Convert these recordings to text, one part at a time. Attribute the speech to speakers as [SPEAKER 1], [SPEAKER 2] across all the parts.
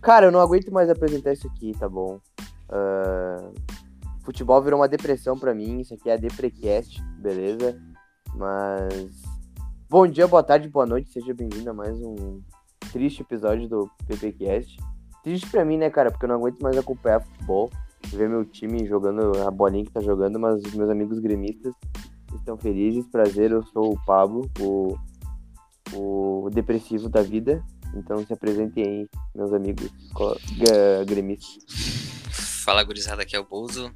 [SPEAKER 1] Cara, eu não aguento mais apresentar isso aqui, tá bom? Ah, futebol virou uma depressão pra mim. Isso aqui é a Deprecast, beleza? Mas. Bom dia, boa tarde, boa noite. Seja bem-vindo a mais um triste episódio do PPCast. Triste pra mim, né, cara? Porque eu não aguento mais acompanhar futebol. Ver meu time jogando a bolinha que tá jogando, mas os meus amigos gremistas estão felizes. Prazer, eu sou o Pablo, o, o depressivo da vida. Então se apresentem aí, meus amigos co- ga- gremistas.
[SPEAKER 2] Fala gurizada, aqui é o Bozo.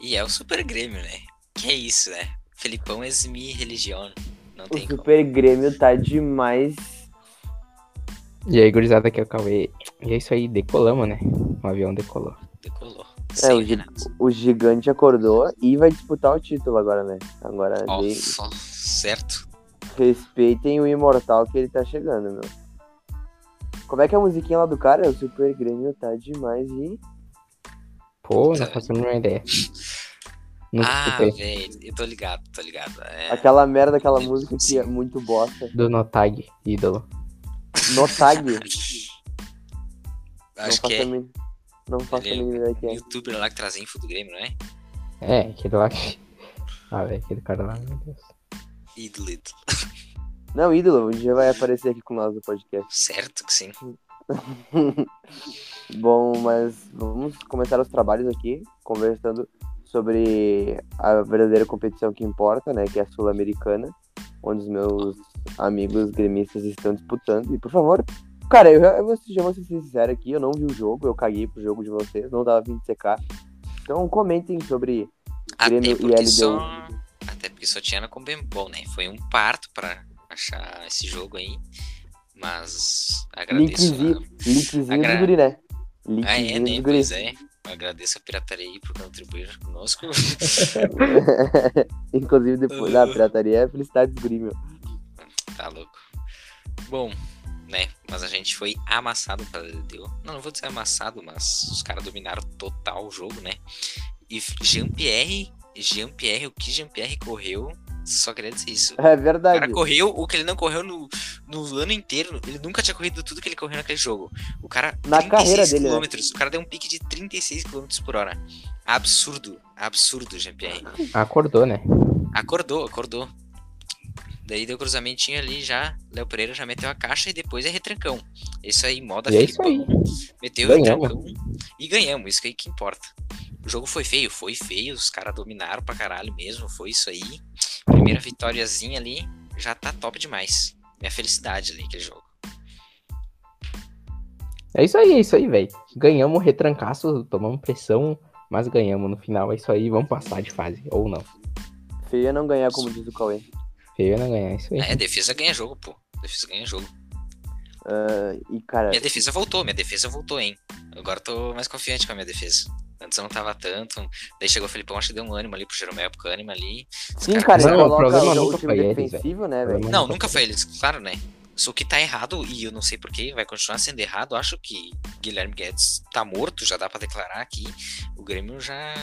[SPEAKER 2] E é o Super Grêmio, né? Que é isso, né? Felipão é mi religião. Não
[SPEAKER 1] O
[SPEAKER 2] tem como.
[SPEAKER 1] Super Grêmio tá demais.
[SPEAKER 3] E aí, gurizada, aqui é o Cauê. E é isso aí, decolamos, né? O avião decolou.
[SPEAKER 2] Decolou.
[SPEAKER 1] É, o,
[SPEAKER 2] Sem
[SPEAKER 1] gi-
[SPEAKER 2] Renato.
[SPEAKER 1] o gigante acordou e vai disputar o título agora, né? Agora
[SPEAKER 2] Ó,
[SPEAKER 1] bem-
[SPEAKER 2] só- certo.
[SPEAKER 1] respeitem o imortal que ele tá chegando, meu. Como é que é a musiquinha lá do cara? O Super Grêmio tá demais e.
[SPEAKER 3] Pô, não
[SPEAKER 2] Puta.
[SPEAKER 3] faço a menor ideia. tipo Nunca
[SPEAKER 2] Tá. ah,
[SPEAKER 1] é.
[SPEAKER 3] escutei.
[SPEAKER 2] velho, eu tô ligado, tô ligado. É,
[SPEAKER 1] Aquela merda, aquela
[SPEAKER 2] Sim.
[SPEAKER 1] música que é muito bosta.
[SPEAKER 3] Do Notag, ídolo.
[SPEAKER 1] No tag. não
[SPEAKER 2] acho
[SPEAKER 1] faço
[SPEAKER 2] que
[SPEAKER 1] a
[SPEAKER 2] é
[SPEAKER 1] min- Não faço a
[SPEAKER 2] Ele-
[SPEAKER 1] mínima ideia que
[SPEAKER 2] o
[SPEAKER 1] é.
[SPEAKER 2] youtuber lá que traz info do Grêmio, não é?
[SPEAKER 3] É, aquele lá. que- Ah, velho, aquele cara lá, meu Deus.
[SPEAKER 2] Ídolo, ídolo.
[SPEAKER 1] Não, ídolo, um dia vai aparecer aqui com nós no podcast.
[SPEAKER 2] Certo que sim.
[SPEAKER 1] Bom, mas vamos começar os trabalhos aqui, conversando sobre a verdadeira competição que importa, né? Que é a Sul-Americana, onde os meus amigos gremistas estão disputando. E por favor, cara, eu, já- eu vou- já vou ser sincero aqui, eu não vi o jogo, eu caguei pro jogo de vocês, não dava vindo secar. Então comentem sobre
[SPEAKER 2] Até
[SPEAKER 1] Grêmio e
[SPEAKER 2] Ah, porque,
[SPEAKER 1] LDU.
[SPEAKER 2] só, até porque só tinha na Comembol, né? Foi um parto pra achar esse jogo aí. Mas agradeço. a-
[SPEAKER 1] linkzinho, linkzinho
[SPEAKER 2] Agra-
[SPEAKER 1] do guri, né?
[SPEAKER 2] Ah, é,
[SPEAKER 1] Linkzinho
[SPEAKER 2] né?
[SPEAKER 1] do guri.
[SPEAKER 2] Pois é. Eu agradeço a pirataria aí por contribuir conosco.
[SPEAKER 1] Inclusive depois da pirataria é felicidade do guri, meu.
[SPEAKER 2] tá louco. Bom, né? Mas a gente foi amassado pra LDU. Não, não vou dizer amassado, mas os caras dominaram total o jogo, né? E Jean-Pierre, Jean-Pierre, o que Jean-Pierre correu, só queria dizer isso.
[SPEAKER 1] É
[SPEAKER 2] O
[SPEAKER 1] verdade.
[SPEAKER 2] cara correu o que ele não correu no, no ano inteiro. Ele nunca tinha corrido tudo que ele correu naquele jogo. O cara.
[SPEAKER 1] Na carreira dele, né?
[SPEAKER 2] quilômetros. O cara deu um pique de 36 km por hora. Absurdo. Absurdo, Jean-Pierre.
[SPEAKER 3] Acordou, né?
[SPEAKER 2] Acordou, acordou. Daí deu cruzamentinho ali já. Léo Pereira já meteu a caixa e depois é retrancão. Isso aí, moda
[SPEAKER 3] E é isso
[SPEAKER 2] Felipão. Meteu
[SPEAKER 3] Ganhamos.
[SPEAKER 2] retrancão e ganhamos. Isso aí que importa. O jogo foi feio, foi feio. Os caras dominaram pra caralho mesmo. Foi isso aí. Primeira vitóriazinha ali. Já tá top demais. Minha felicidade ali, aquele jogo.
[SPEAKER 3] É isso aí, é isso aí, velho. Ganhamos retrancaço, tomamos pressão, mas ganhamos no final. É isso aí, vamos passar de fase. Ou não.
[SPEAKER 1] Feio é não ganhar, como diz o Cauê.
[SPEAKER 3] Feio é não ganhar, é isso aí.
[SPEAKER 2] É, defesa ganha jogo, pô. Defesa ganha jogo.
[SPEAKER 1] Ah, e,
[SPEAKER 3] É.
[SPEAKER 1] cara,
[SPEAKER 2] Minha defesa voltou, minha defesa voltou, hein? Agora eu tô mais confiante com a minha defesa. Antes eu não tava tanto. Daí chegou o Felipão, acho que deu um ânimo ali pro Jeromel, pro ânimo ali. Os
[SPEAKER 1] sim,
[SPEAKER 2] caras-
[SPEAKER 1] cara, ele
[SPEAKER 3] Não, o
[SPEAKER 1] coloca
[SPEAKER 3] problema
[SPEAKER 1] o,
[SPEAKER 3] nunca
[SPEAKER 1] time
[SPEAKER 3] foi eles,
[SPEAKER 1] defensivo, né, velho?
[SPEAKER 3] Problema
[SPEAKER 2] é, Não,
[SPEAKER 3] nunca
[SPEAKER 2] nunca foi eles, claro, né? Só que tá errado, e eu não sei porquê, vai continuar sendo errado. Eu Acho que Guilherme Guedes tá morto, já dá pra declarar aqui. O Grêmio já.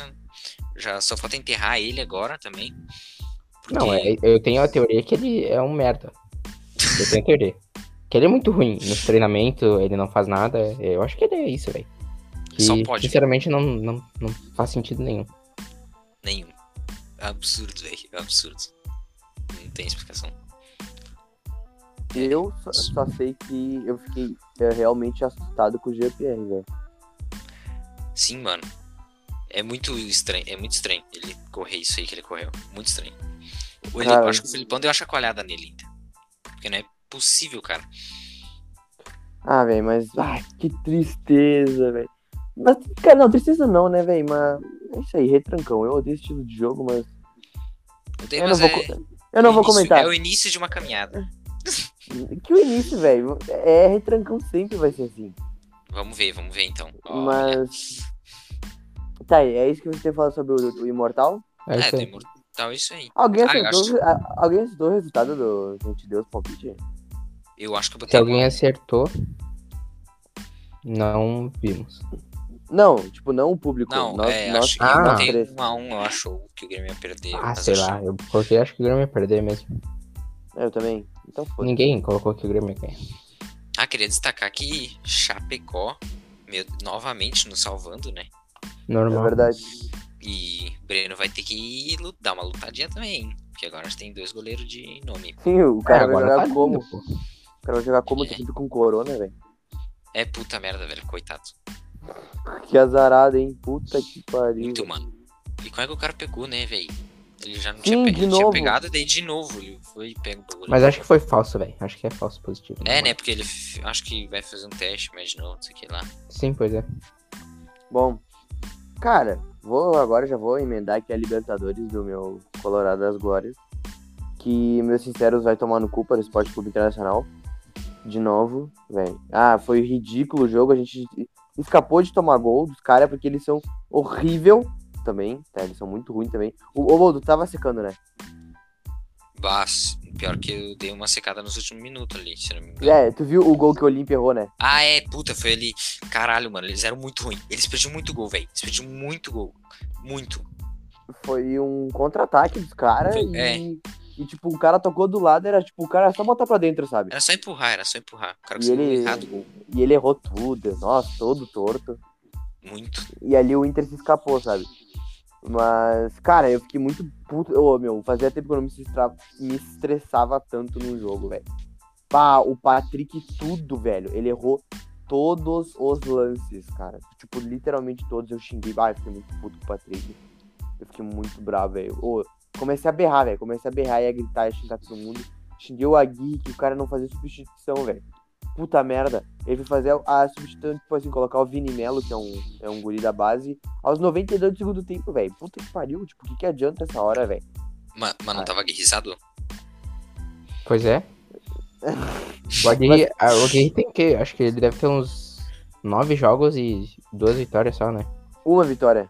[SPEAKER 2] já só falta enterrar ele agora também. Porque
[SPEAKER 3] Não, é- eu tenho a teoria que ele é um merda. Eu tenho a teoria. Que ele é muito ruim nos treinamentos, ele não faz nada. Eu acho que ele é isso, velho. Que,
[SPEAKER 2] Só pode,
[SPEAKER 3] sinceramente, não, não, não faz sentido nenhum. é
[SPEAKER 2] nenhum. Absurdo, velho. Absurdo. Não tem explicação.
[SPEAKER 1] Eu só, só sei que eu fiquei é, realmente assustado com o GPR, velho.
[SPEAKER 2] Sim, mano. É muito estranho, é muito estranho ele correr isso aí que ele correu. Muito estranho. Ou ele-
[SPEAKER 1] Cara.
[SPEAKER 2] eu acho que o Filipão deu uma chacoalhada nele ainda. Porque não é possível, cara.
[SPEAKER 1] Ah, velho, mas. Ah, que tristeza, velho. Mas, cara, não, tristeza não, né, velho? Mas é isso aí, retrancão. Eu odeio esse estilo de jogo, mas.
[SPEAKER 2] Não tem-
[SPEAKER 1] Eu não
[SPEAKER 2] mas
[SPEAKER 1] vou,
[SPEAKER 2] é-
[SPEAKER 1] co- eu não
[SPEAKER 2] o
[SPEAKER 1] vou
[SPEAKER 2] início-
[SPEAKER 1] comentar.
[SPEAKER 2] É o início de uma caminhada.
[SPEAKER 1] Que o início, velho. É retrancão sempre vai ser assim.
[SPEAKER 2] Vamos ver, vamos ver então. Ó,
[SPEAKER 1] Mas. Tá aí, é isso que você tem falado sobre o- o Imortal?
[SPEAKER 3] É
[SPEAKER 2] É,
[SPEAKER 3] isso
[SPEAKER 2] tem
[SPEAKER 3] aí.
[SPEAKER 2] mortal isso aí.
[SPEAKER 1] Alguém
[SPEAKER 2] Ah, eu
[SPEAKER 1] acertou, a- alguém acertou o resultado do Gente Deus palpite?
[SPEAKER 2] Eu acho que eu
[SPEAKER 3] Se
[SPEAKER 2] botei.
[SPEAKER 3] alguém acertou, não vimos.
[SPEAKER 1] Não, tipo, não o público.
[SPEAKER 2] Não,
[SPEAKER 1] nós,
[SPEAKER 2] é,
[SPEAKER 1] nós,
[SPEAKER 2] acho que
[SPEAKER 3] Ah.
[SPEAKER 2] eu
[SPEAKER 1] nós
[SPEAKER 2] botei
[SPEAKER 1] três.
[SPEAKER 2] um a um, eu acho que o Grêmio ia perder.
[SPEAKER 3] Ah,
[SPEAKER 2] mas
[SPEAKER 3] sei
[SPEAKER 2] acho-
[SPEAKER 3] lá. Eu coloquei, acho que o Grêmio ia perder mesmo.
[SPEAKER 1] Eu também. Então foda.
[SPEAKER 3] Ninguém colocou que o Grêmio ia ganhar.
[SPEAKER 2] Ah, queria destacar que Chapecó, meu, novamente nos salvando, né?
[SPEAKER 1] É
[SPEAKER 3] Normal.
[SPEAKER 1] verdade.
[SPEAKER 2] E Breno vai ter que lu- dar uma lutadinha também, hein? Porque agora a gente tem dois goleiros de nome.
[SPEAKER 1] Sim, o
[SPEAKER 3] É,
[SPEAKER 1] cara vai
[SPEAKER 3] agora
[SPEAKER 1] jogar
[SPEAKER 3] tá
[SPEAKER 1] como?
[SPEAKER 3] lindo, pô.
[SPEAKER 1] O cara vai jogar como tá sempre com corona, velho.
[SPEAKER 2] É puta merda, velho, coitado.
[SPEAKER 1] Que azarado, hein? Puta que pariu.
[SPEAKER 2] Muito, mano. E como é que o cara pegou, né, velho? Ele já não
[SPEAKER 1] Sim,
[SPEAKER 2] tinha, pe-
[SPEAKER 1] de
[SPEAKER 2] ele tinha
[SPEAKER 1] novo. é
[SPEAKER 2] pegado, daí de novo ele foi e pega o bagulho.
[SPEAKER 3] Mas acho que foi falso, velho. Acho que é falso positivo.
[SPEAKER 2] É, né? Porque ele f- acho que vai fazer um teste, mas de novo, não sei o que lá.
[SPEAKER 3] Sim, pois é.
[SPEAKER 1] Bom, cara, vou agora já vou emendar aqui a Libertadores do meu Colorado das Glórias. Que, meus sinceros, vai tomar no cu para o Esporte Clube Internacional. De novo, velho. Ah, foi ridículo o jogo. A gente escapou de tomar gol dos caras porque eles são horrível também, tá? Eles são muito ruins também. O Obodo tava secando, né?
[SPEAKER 2] Mas, pior que eu dei uma secada nos últimos minutos ali, se não me engano.
[SPEAKER 1] É, tu viu o gol que o Olímpia errou, né?
[SPEAKER 2] Ah, é, puta, foi ali. Caralho, mano, eles eram muito ruins. Eles perdiam muito gol, velho. Eles perdiam muito gol. Muito.
[SPEAKER 1] Foi um contra-ataque dos caras
[SPEAKER 2] Foi-
[SPEAKER 1] e,
[SPEAKER 2] é.
[SPEAKER 1] e, tipo, o cara tocou do lado, era tipo, o cara só botar pra dentro, sabe?
[SPEAKER 2] Era só empurrar, era só empurrar. O
[SPEAKER 1] E
[SPEAKER 2] cara conseguiu
[SPEAKER 1] ele,
[SPEAKER 2] errado o gol.
[SPEAKER 1] e ele errou tudo, nossa, todo torto.
[SPEAKER 2] Muito.
[SPEAKER 1] E ali o Inter se escapou, sabe? Mas, cara, eu fiquei muito puto. Ô, meu, fazia tempo que eu não me, estra- me estressava tanto num jogo, velho. Pá, o Patrick, tudo, velho. Ele errou todos os lances, cara. Tipo, literalmente todos. Eu xinguei. Ah, eu fiquei muito puto com o Patrick. Eu fiquei muito bravo, velho. Ô, comecei a berrar, velho. Comecei a berrar e a gritar e a xingar todo mundo. Xinguei o Agui, que o cara não fazia substituição, velho. Puta merda. Ele foi fazer a substituição, tipo assim, colocar o Vini Melo, que é um, é um guri da base, aos 92 do segundo tempo, velho. Puta que pariu. Tipo, o que, que adianta essa hora, velho?
[SPEAKER 2] Ma- Mano,
[SPEAKER 1] Ah.
[SPEAKER 2] tava aguerrizado?
[SPEAKER 3] Pois é. O Aguirre, ah, o Aguirre tem que. Acho que ele deve ter uns nove jogos e duas vitórias só, né?
[SPEAKER 1] Uma vitória.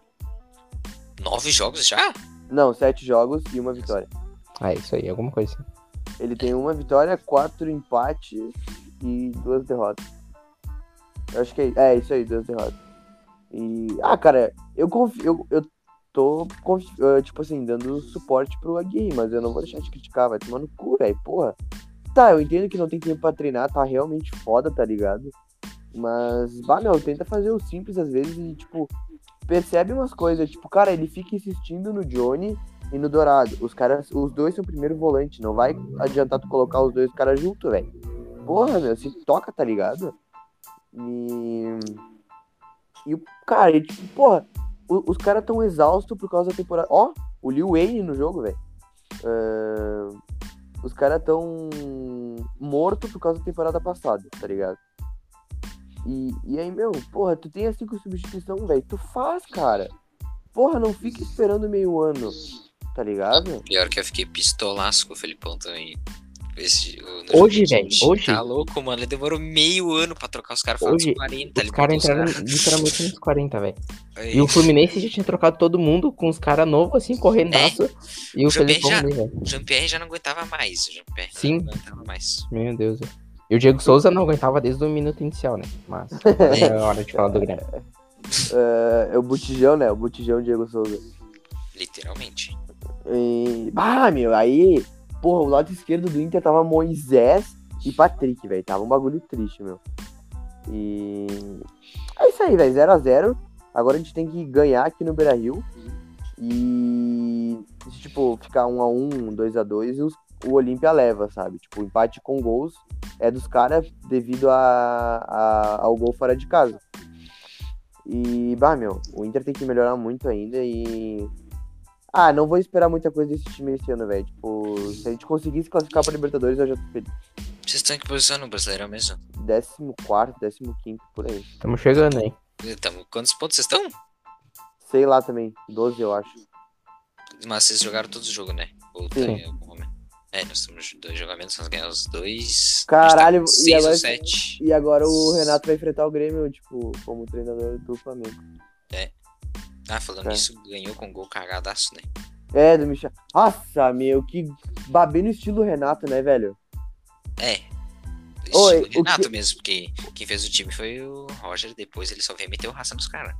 [SPEAKER 2] Nove jogos já?
[SPEAKER 1] Não, sete jogos e uma vitória.
[SPEAKER 3] Ah, é isso aí, alguma coisa assim.
[SPEAKER 1] Ele tem uma vitória, quatro empates e duas derrotas. Eu acho que é, é isso aí, duas derrotas. E. Ah, cara, eu confio. Eu, eu tô, confi- eh, tipo assim, dando suporte pro Aguirre, mas eu não vou deixar de criticar, vai tomar no cu, velho, porra. Tá, eu entendo que não tem tempo pra treinar, tá realmente foda, tá ligado? Mas, bah, meu, tenta fazer o simples às vezes e, tipo, percebe umas coisas. Tipo, cara, ele fica insistindo no Johnny e no Dourado. Os caras, os dois são primeiro volante. Não vai adiantar tu colocar os dois caras junto, velho. Porra, meu, se toca, tá ligado? E. E o cara, e, tipo, porra, o- os caras tão exaustos por causa da temporada. Ó, o Lil Wayne no jogo, velho. Ahn, os caras tão morto por causa da temporada passada, tá ligado? E, e aí, meu, porra, tu tem as cinco substituições, velho. Tu faz, cara. Porra, não fica esperando meio ano, tá ligado?
[SPEAKER 2] Pior que eu fiquei pistolaço com o Felipão também. Esse- o- no
[SPEAKER 3] Hoje,
[SPEAKER 2] jogo de
[SPEAKER 3] velho, hoje.
[SPEAKER 2] Tá louco, mano. Ele demorou meio ano pra trocar os caras. Foi
[SPEAKER 3] Hoje,
[SPEAKER 2] uns 40.
[SPEAKER 3] Os
[SPEAKER 2] ele
[SPEAKER 3] caras
[SPEAKER 2] botou
[SPEAKER 3] entraram
[SPEAKER 2] os caras.
[SPEAKER 3] literalmente nos 40, velho.
[SPEAKER 2] Aí,
[SPEAKER 3] E o Fluminense já tinha trocado todo mundo com os caras novos, assim, correndaço. E
[SPEAKER 2] O
[SPEAKER 3] o
[SPEAKER 2] Jean-Pierre
[SPEAKER 3] Felipão
[SPEAKER 2] É. já-
[SPEAKER 3] ali, velho.
[SPEAKER 2] O Jean-Pierre já não aguentava mais. O Jean-Pierre já
[SPEAKER 3] Sim.
[SPEAKER 2] não aguentava mais.
[SPEAKER 3] Meu Deus, velho. E o Diego Souza não aguentava desde o minuto inicial, né? Mas é a hora de falar do Grêmio.
[SPEAKER 1] É, é o Botijão, né? O Botijão Diego Souza.
[SPEAKER 2] Literalmente.
[SPEAKER 1] E... Ah, meu, aí, porra, o lado esquerdo do Inter tava Moisés e Patrick, velho. Tava um bagulho triste, meu. E. É isso aí, velho. 0x0. Agora a gente tem que ganhar aqui no Beira Rio. E. se, Tipo, ficar 1x1, 2x2 e os- o Olímpia leva, sabe? Tipo, o empate com gols é dos caras devido a, a- ao gol fora de casa. E, bah, meu, o Inter tem que melhorar muito ainda e. Ah, não vou esperar muita coisa desse time esse ano, velho. Tipo, se a gente conseguisse classificar pra Libertadores, eu já tô feliz.
[SPEAKER 2] Vocês estão em que posição no Brasileirão mesmo?
[SPEAKER 1] 14, 15, por aí.
[SPEAKER 3] Tamo chegando, hein?
[SPEAKER 2] Tamo- Quantos pontos vocês estão?
[SPEAKER 1] Sei lá também, 12, eu acho.
[SPEAKER 2] Mas vocês jogaram todos os jogos, né? Ou
[SPEAKER 1] Sim.
[SPEAKER 2] tem algum momento? É, nós temos dois jogamentos, nós ganhamos os dois.
[SPEAKER 1] Caralho,
[SPEAKER 2] A gente tá com
[SPEAKER 1] e
[SPEAKER 2] seis
[SPEAKER 1] agora-
[SPEAKER 2] ou sete.
[SPEAKER 1] E agora o Renato vai enfrentar o Grêmio, tipo, como treinador do Flamengo.
[SPEAKER 2] Ah, falando
[SPEAKER 3] Tá.
[SPEAKER 1] É.
[SPEAKER 2] nisso, ganhou com gol cagadaço, né?
[SPEAKER 1] É, do Michel. Nossa, meu, que babê no estilo Renato, né, velho?
[SPEAKER 2] É. Esse
[SPEAKER 1] Oi,
[SPEAKER 2] estilo
[SPEAKER 1] o
[SPEAKER 2] Renato
[SPEAKER 1] que-
[SPEAKER 2] mesmo, porque quem fez o time foi o Roger, depois ele só veio meter o raça nos caras.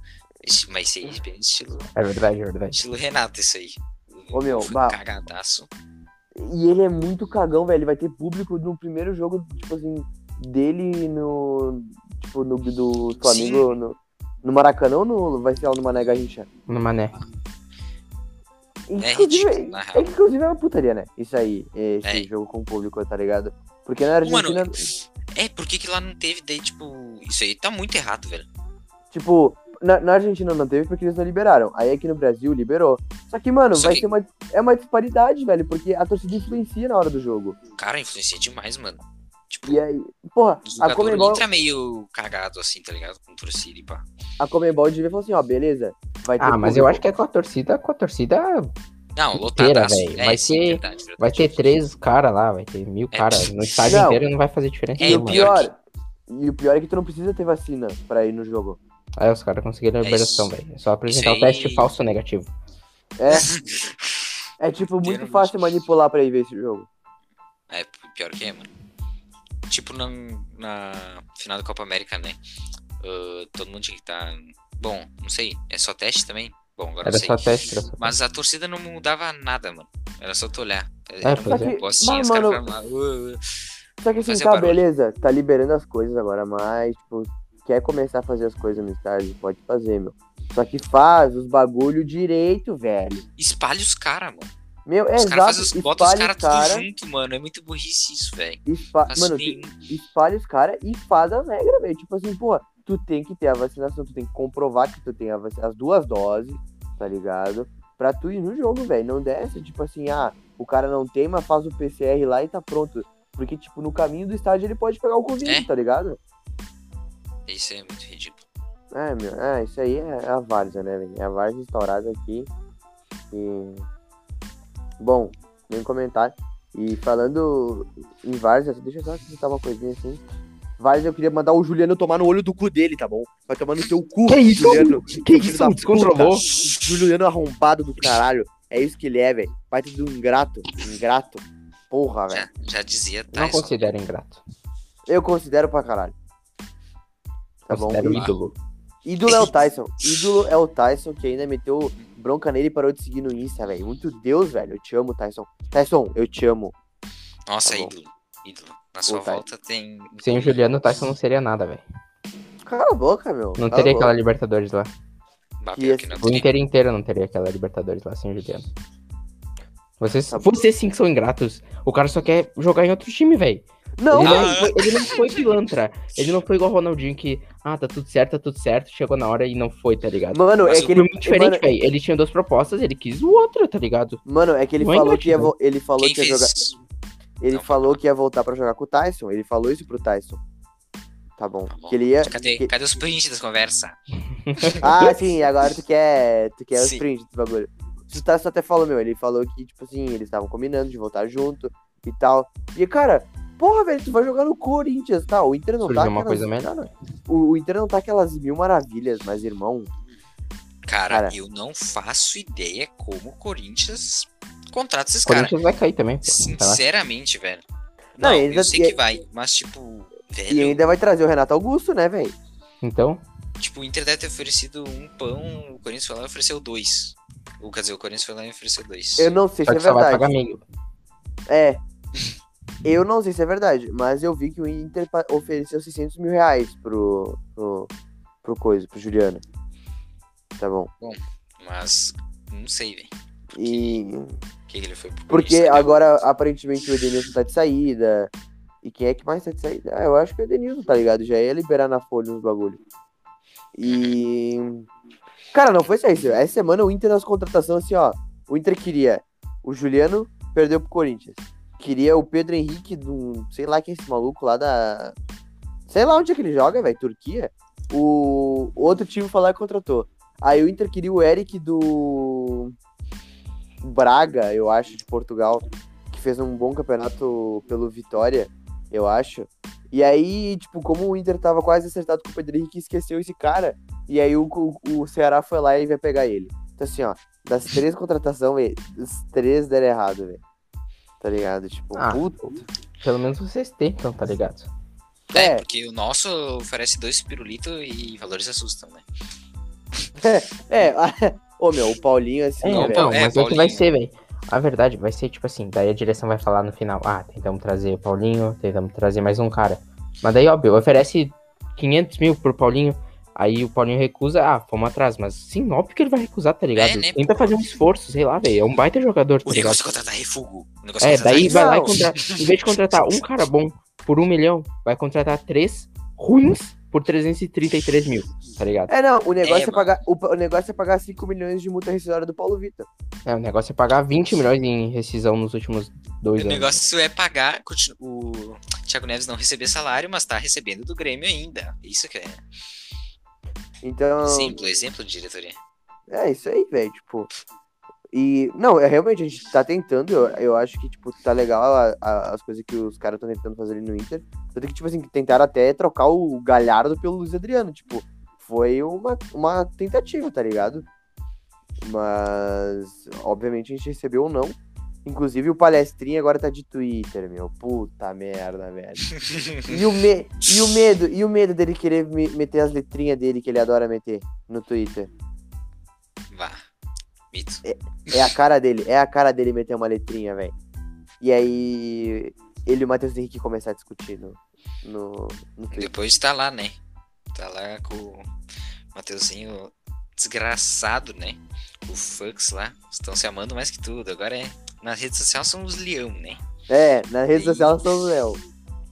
[SPEAKER 2] Esse- Mas isso aí, bem estilo,
[SPEAKER 3] É verdade, é verdade.
[SPEAKER 2] estilo Renato, isso aí.
[SPEAKER 1] Ô, meu,
[SPEAKER 2] Foi um
[SPEAKER 1] bah.
[SPEAKER 2] cagadaço.
[SPEAKER 1] E ele é muito cagão, velho. Ele vai ter público no primeiro jogo, tipo assim, dele no. Tipo, no do Flamengo no, no Maracanã ou no, vai ser lá no Mané Garrincha?
[SPEAKER 3] No Mané.
[SPEAKER 2] É
[SPEAKER 1] Inclusive,
[SPEAKER 2] ridículo, na
[SPEAKER 1] é
[SPEAKER 2] real.
[SPEAKER 1] que inclusive é uma putaria, né? Isso aí, esse
[SPEAKER 2] É.
[SPEAKER 1] jogo com o público, tá ligado? Porque na Argentina,
[SPEAKER 2] Mano,
[SPEAKER 1] né?
[SPEAKER 2] É, por que que lá não teve daí, tipo... Isso aí tá muito errado, velho.
[SPEAKER 1] tipo, na, na Argentina não teve porque eles não liberaram. Aí aqui no Brasil liberou. Só que, mano,
[SPEAKER 2] Só
[SPEAKER 1] vai
[SPEAKER 2] que-
[SPEAKER 1] ser uma, é uma disparidade, velho, porque a torcida influencia na hora do jogo.
[SPEAKER 2] Cara, influencia demais, mano. Tipo,
[SPEAKER 1] E aí, porra,
[SPEAKER 2] o
[SPEAKER 1] a
[SPEAKER 2] jogador
[SPEAKER 1] Comembol,
[SPEAKER 2] entra meio cagado, assim, tá ligado? Com torcida e pá.
[SPEAKER 1] a Comembol devia falar assim, ó, beleza, vai ter
[SPEAKER 3] Ah, mas eu
[SPEAKER 1] público.
[SPEAKER 3] acho que é com a torcida, com a torcida
[SPEAKER 2] Não,
[SPEAKER 3] Inteira,
[SPEAKER 2] lotadaço.
[SPEAKER 3] velho. Vai
[SPEAKER 2] sim, é
[SPEAKER 3] ter-
[SPEAKER 2] verdade, verdade.
[SPEAKER 3] vai ter três caras lá, vai ter mil
[SPEAKER 2] Tipo, É.
[SPEAKER 3] caras. No estádio
[SPEAKER 1] Não.
[SPEAKER 3] inteiro não vai fazer diferença
[SPEAKER 2] É,
[SPEAKER 1] E o
[SPEAKER 3] nenhuma. né?
[SPEAKER 2] pior
[SPEAKER 1] pior, e o pior é que tu não precisa ter vacina pra ir no jogo.
[SPEAKER 3] Aí os caras conseguiram a
[SPEAKER 2] É
[SPEAKER 3] liberação,
[SPEAKER 2] isso.
[SPEAKER 3] velho. É só apresentar
[SPEAKER 2] Isso
[SPEAKER 3] o teste
[SPEAKER 2] aí-
[SPEAKER 3] falso negativo.
[SPEAKER 1] É. É, tipo, muito
[SPEAKER 2] Literalmente.
[SPEAKER 1] fácil manipular pra ir ver esse jogo.
[SPEAKER 2] É, pior que é, mano. Tipo na, na final da Copa América, né? Ah, todo mundo tinha que estar. Bom, não sei. É só teste também? Bom, agora
[SPEAKER 3] Era
[SPEAKER 2] não sei.
[SPEAKER 3] só teste, era só
[SPEAKER 2] Mas
[SPEAKER 1] né?
[SPEAKER 2] a torcida não mudava nada, mano. Era só tu olhar.
[SPEAKER 3] É,
[SPEAKER 2] Era um
[SPEAKER 3] pois é.
[SPEAKER 2] negócio assim,
[SPEAKER 1] Mas,
[SPEAKER 2] os caras
[SPEAKER 1] mano,
[SPEAKER 2] ficavam lá. "Uh, uh".
[SPEAKER 1] Só que assim,
[SPEAKER 2] Fazer
[SPEAKER 1] tá,
[SPEAKER 2] barulho.
[SPEAKER 1] beleza, tá liberando as coisas agora, mas, tipo, quer começar a fazer as coisas no estádio, pode fazer, meu. Só que faz os bagulho direito, velho.
[SPEAKER 2] Espalha os caras, mano.
[SPEAKER 1] Meu, é
[SPEAKER 2] Os
[SPEAKER 1] exato,
[SPEAKER 2] caras fazem os botam os
[SPEAKER 1] espalha
[SPEAKER 2] caras assim.
[SPEAKER 1] os cara,
[SPEAKER 2] tudo junto, mano. É muito burrice isso, velho.
[SPEAKER 1] espa...
[SPEAKER 2] Faz
[SPEAKER 1] mano,
[SPEAKER 2] nenhum.
[SPEAKER 1] espalha os caras e faz a regra, velho. Tipo assim, pô, tu tem que ter a vacinação, tu tem que comprovar que tu tem a vac- as duas doses, tá ligado? Pra tu ir no jogo, velho. Não desce, tipo assim, ah, o cara não tem, mas faz o PCR lá e tá pronto. Porque, tipo, no caminho do estádio ele pode pegar o Covid,
[SPEAKER 2] É.
[SPEAKER 1] tá ligado?
[SPEAKER 2] Isso é muito ridículo.
[SPEAKER 1] É, meu, é, isso aí é a várzea, né, velho? É a várzea instaurada aqui. E. Bom, nem comentar. E falando em várzea, deixa eu só acrescentar uma coisinha assim. Várzea, eu queria mandar o Juliano tomar no olho do cu dele, tá bom? Vai tomar no seu cu,
[SPEAKER 3] Que isso?
[SPEAKER 1] Juliano. Filho
[SPEAKER 3] Que
[SPEAKER 1] da
[SPEAKER 3] isso? Descontrolou?
[SPEAKER 1] puta. Juliano arrombado do caralho. É isso que ele é, velho. Vai ter um ingrato. Ingrato. Porra, velho.
[SPEAKER 2] Já, já dizia, tá?
[SPEAKER 3] Não considero ingrato.
[SPEAKER 1] Eu considero pra caralho. Tá bom?
[SPEAKER 3] Considero
[SPEAKER 1] E-
[SPEAKER 3] ídolo.
[SPEAKER 1] Ídolo é o Tyson. Ídolo é o Tyson que ainda meteu bronca nele e parou de seguir no Insta, velho. Muito Deus, velho. Eu te amo, Tyson. Tyson, eu te amo.
[SPEAKER 2] Nossa,
[SPEAKER 1] Tá bom.
[SPEAKER 2] ídolo. Ídolo. Na sua
[SPEAKER 1] Tyson.
[SPEAKER 2] volta tem. um
[SPEAKER 3] Sem o Juliano, o Tyson não seria nada, velho.
[SPEAKER 1] Cala a boca, meu.
[SPEAKER 3] Não
[SPEAKER 1] Cala
[SPEAKER 3] teria
[SPEAKER 1] a boca.
[SPEAKER 3] aquela Libertadores lá.
[SPEAKER 2] Bah,
[SPEAKER 1] Que
[SPEAKER 2] pior
[SPEAKER 1] esse-
[SPEAKER 2] que não
[SPEAKER 3] O
[SPEAKER 2] tem.
[SPEAKER 3] Inter inteiro não teria aquela Libertadores lá sem o Juliano. Vocês,
[SPEAKER 1] Tá bom.
[SPEAKER 3] vocês sim que são ingratos. O cara só quer jogar em outro time, velho.
[SPEAKER 1] Não,
[SPEAKER 3] ele,
[SPEAKER 1] velho.
[SPEAKER 3] não foi, ele não foi pilantra. Ele não foi igual o Ronaldinho que, ah, tá tudo certo, tá tudo certo, chegou na hora e não foi, tá ligado?
[SPEAKER 1] Mano,
[SPEAKER 2] Mas
[SPEAKER 1] é que
[SPEAKER 2] o
[SPEAKER 3] Foi
[SPEAKER 1] ele.
[SPEAKER 3] muito diferente,
[SPEAKER 1] mano,
[SPEAKER 3] velho. Ele tinha duas propostas, ele quis o outro, tá ligado?
[SPEAKER 1] Mano, é que ele
[SPEAKER 3] Não é
[SPEAKER 1] falou
[SPEAKER 3] ingrato,
[SPEAKER 1] que ia,
[SPEAKER 3] né?
[SPEAKER 1] vo- ele falou
[SPEAKER 2] Quem
[SPEAKER 1] que ia
[SPEAKER 2] fez
[SPEAKER 1] jogar,
[SPEAKER 2] isso?
[SPEAKER 1] ele
[SPEAKER 2] Não,
[SPEAKER 1] falou
[SPEAKER 2] fala.
[SPEAKER 1] que ia voltar pra jogar com o Tyson. Ele falou isso pro Tyson. Tá bom.
[SPEAKER 2] Tá bom.
[SPEAKER 1] Que ele ia
[SPEAKER 2] Cadê,
[SPEAKER 1] que-
[SPEAKER 2] cadê os prints das conversas?
[SPEAKER 1] Ah, sim, agora tu quer, tu quer os
[SPEAKER 2] Sim.
[SPEAKER 1] prints do bagulho. O Tassi até falou, meu, ele falou que, tipo assim, eles estavam combinando de voltar junto e tal. E, cara, porra, velho, tu vai jogar no Corinthians, tá? O Inter não tá
[SPEAKER 3] Surgiu uma
[SPEAKER 1] aquelas-
[SPEAKER 3] coisa melhor, né?
[SPEAKER 1] o, o Inter não tá aquelas mil maravilhas, mas, irmão,
[SPEAKER 2] Cara,
[SPEAKER 1] Cara.
[SPEAKER 2] eu não faço ideia como o Corinthians contrata esses
[SPEAKER 3] O
[SPEAKER 1] é
[SPEAKER 2] caras.
[SPEAKER 3] Corinthians vai cair também, pô. Sei lá.
[SPEAKER 2] Sinceramente, velho.
[SPEAKER 1] tá Não,
[SPEAKER 2] Não,
[SPEAKER 1] eles- é-
[SPEAKER 2] eu sei
[SPEAKER 1] e-
[SPEAKER 2] que vai, mas tipo, velho,
[SPEAKER 1] e ainda vai trazer o Renato Augusto, né, velho?
[SPEAKER 3] Então,
[SPEAKER 2] tipo, o Inter deve ter oferecido um pão, o Corinthians foi lá e ofereceu dois. Ou quer dizer, o Corinthians foi lá e ofereceu dois.
[SPEAKER 1] Eu não sei
[SPEAKER 3] só
[SPEAKER 1] se
[SPEAKER 3] que
[SPEAKER 1] é
[SPEAKER 3] só vai
[SPEAKER 1] verdade.
[SPEAKER 3] pagar meio.
[SPEAKER 1] É. Eu não sei se é verdade, mas eu vi que o Inter pa- ofereceu 600 mil reais pro, pro, pro coisa, pro Juliano. Tá bom.
[SPEAKER 2] Mas não sei, velho.
[SPEAKER 1] E
[SPEAKER 2] O que que ele foi pro
[SPEAKER 1] Porque
[SPEAKER 2] Corinthians, né?
[SPEAKER 1] agora, aparentemente, o Edenilson tá de saída. E quem é que mais tá de saída? Ah, eu acho que o Edenilson, tá ligado? Já ia liberar na folha uns bagulho. E. Cara, não foi só isso. Essa semana o Inter nas contratações, assim, ó. O Inter queria o Juliano, perdeu pro Corinthians. Queria o Pedro Henrique, do, sei lá quem é esse maluco lá da. Sei lá onde é que ele joga, velho, Turquia. O outro time foi lá e contratou. Aí o Inter queria o Eric do. Braga, eu acho, de Portugal, que fez um bom campeonato pelo Vitória, eu acho. E aí, tipo, como o Inter tava quase acertado com o Pedro Henrique, esqueceu esse cara. E aí o, o, o Ceará foi lá e vai pegar ele. Então, assim, ó, das três contratações, velho, os três deram errado, velho. Tá ligado? Tipo,
[SPEAKER 3] Ah.
[SPEAKER 1] puta.
[SPEAKER 3] Pelo menos vocês tentam, tá ligado?
[SPEAKER 2] É,
[SPEAKER 1] É.
[SPEAKER 2] porque o nosso oferece dois pirulitos e valores assustam, né?
[SPEAKER 1] É, ô meu, o Paulinho, assim,
[SPEAKER 3] É,
[SPEAKER 1] velho.
[SPEAKER 3] então,
[SPEAKER 2] é,
[SPEAKER 3] mas é o que vai
[SPEAKER 2] Paulinho.
[SPEAKER 3] ser, velho. A verdade vai ser tipo assim, daí a direção vai falar no final, ah, tentamos trazer o Paulinho, tentamos trazer mais um cara. Mas daí, óbvio, oferece 500 mil pro Paulinho. Aí o Paulinho recusa, ah, fomos atrás. Mas sim, óbvio que ele vai recusar, tá ligado?
[SPEAKER 2] É, né,
[SPEAKER 3] Tenta fazer um esforço, sei lá, velho. É um baita jogador, tá
[SPEAKER 2] O
[SPEAKER 3] ligado?
[SPEAKER 2] negócio é contratar refúgio. O negócio
[SPEAKER 3] É,
[SPEAKER 2] contratar
[SPEAKER 3] daí vai lá e
[SPEAKER 1] Não.
[SPEAKER 3] contrata. Em vez de contratar um cara bom por um milhão, vai contratar três ruins por 333 mil, tá ligado?
[SPEAKER 1] É, não, o negócio é,
[SPEAKER 2] mano.
[SPEAKER 1] pagar, o, o negócio é pagar 5 milhões de multa rescisória do Paulo Vitor.
[SPEAKER 3] É, o negócio é pagar 20 milhões em rescisão nos últimos dois
[SPEAKER 2] O
[SPEAKER 3] anos.
[SPEAKER 2] negócio é pagar, continu- o Thiago Neves não receber salário, mas tá recebendo do Grêmio ainda. Isso que é
[SPEAKER 1] Então,
[SPEAKER 2] exemplo, exemplo de diretoria.
[SPEAKER 1] é isso aí, velho, tipo... E, não, é realmente, a gente tá tentando, eu, eu acho que, tipo, tá legal a- a- as coisas que os caras estão tentando fazer ali no Inter. Tanto que, tipo assim, tentaram até trocar o Galhardo pelo Luiz Adriano, tipo, foi uma, uma tentativa, tá ligado? Mas, obviamente, a gente recebeu um não. Inclusive, o palestrinho agora tá de Twitter, meu. Puta merda, velho. E o, me- e o medo, e o medo dele querer me- meter as letrinhas dele que ele adora meter no Twitter.
[SPEAKER 2] Vá. Mito.
[SPEAKER 1] É a cara dele, é a cara dele meter uma letrinha, velho. E aí ele e o Matheus Henrique começar a discutir no, no, no Twitter.
[SPEAKER 2] Depois tá lá, né? Tá lá com o Mateuzinho desgraçado, né? O Fux lá. Estão se amando mais que tudo. Agora é. Nas redes sociais são os leão, né?
[SPEAKER 1] É, na rede social são o Léo.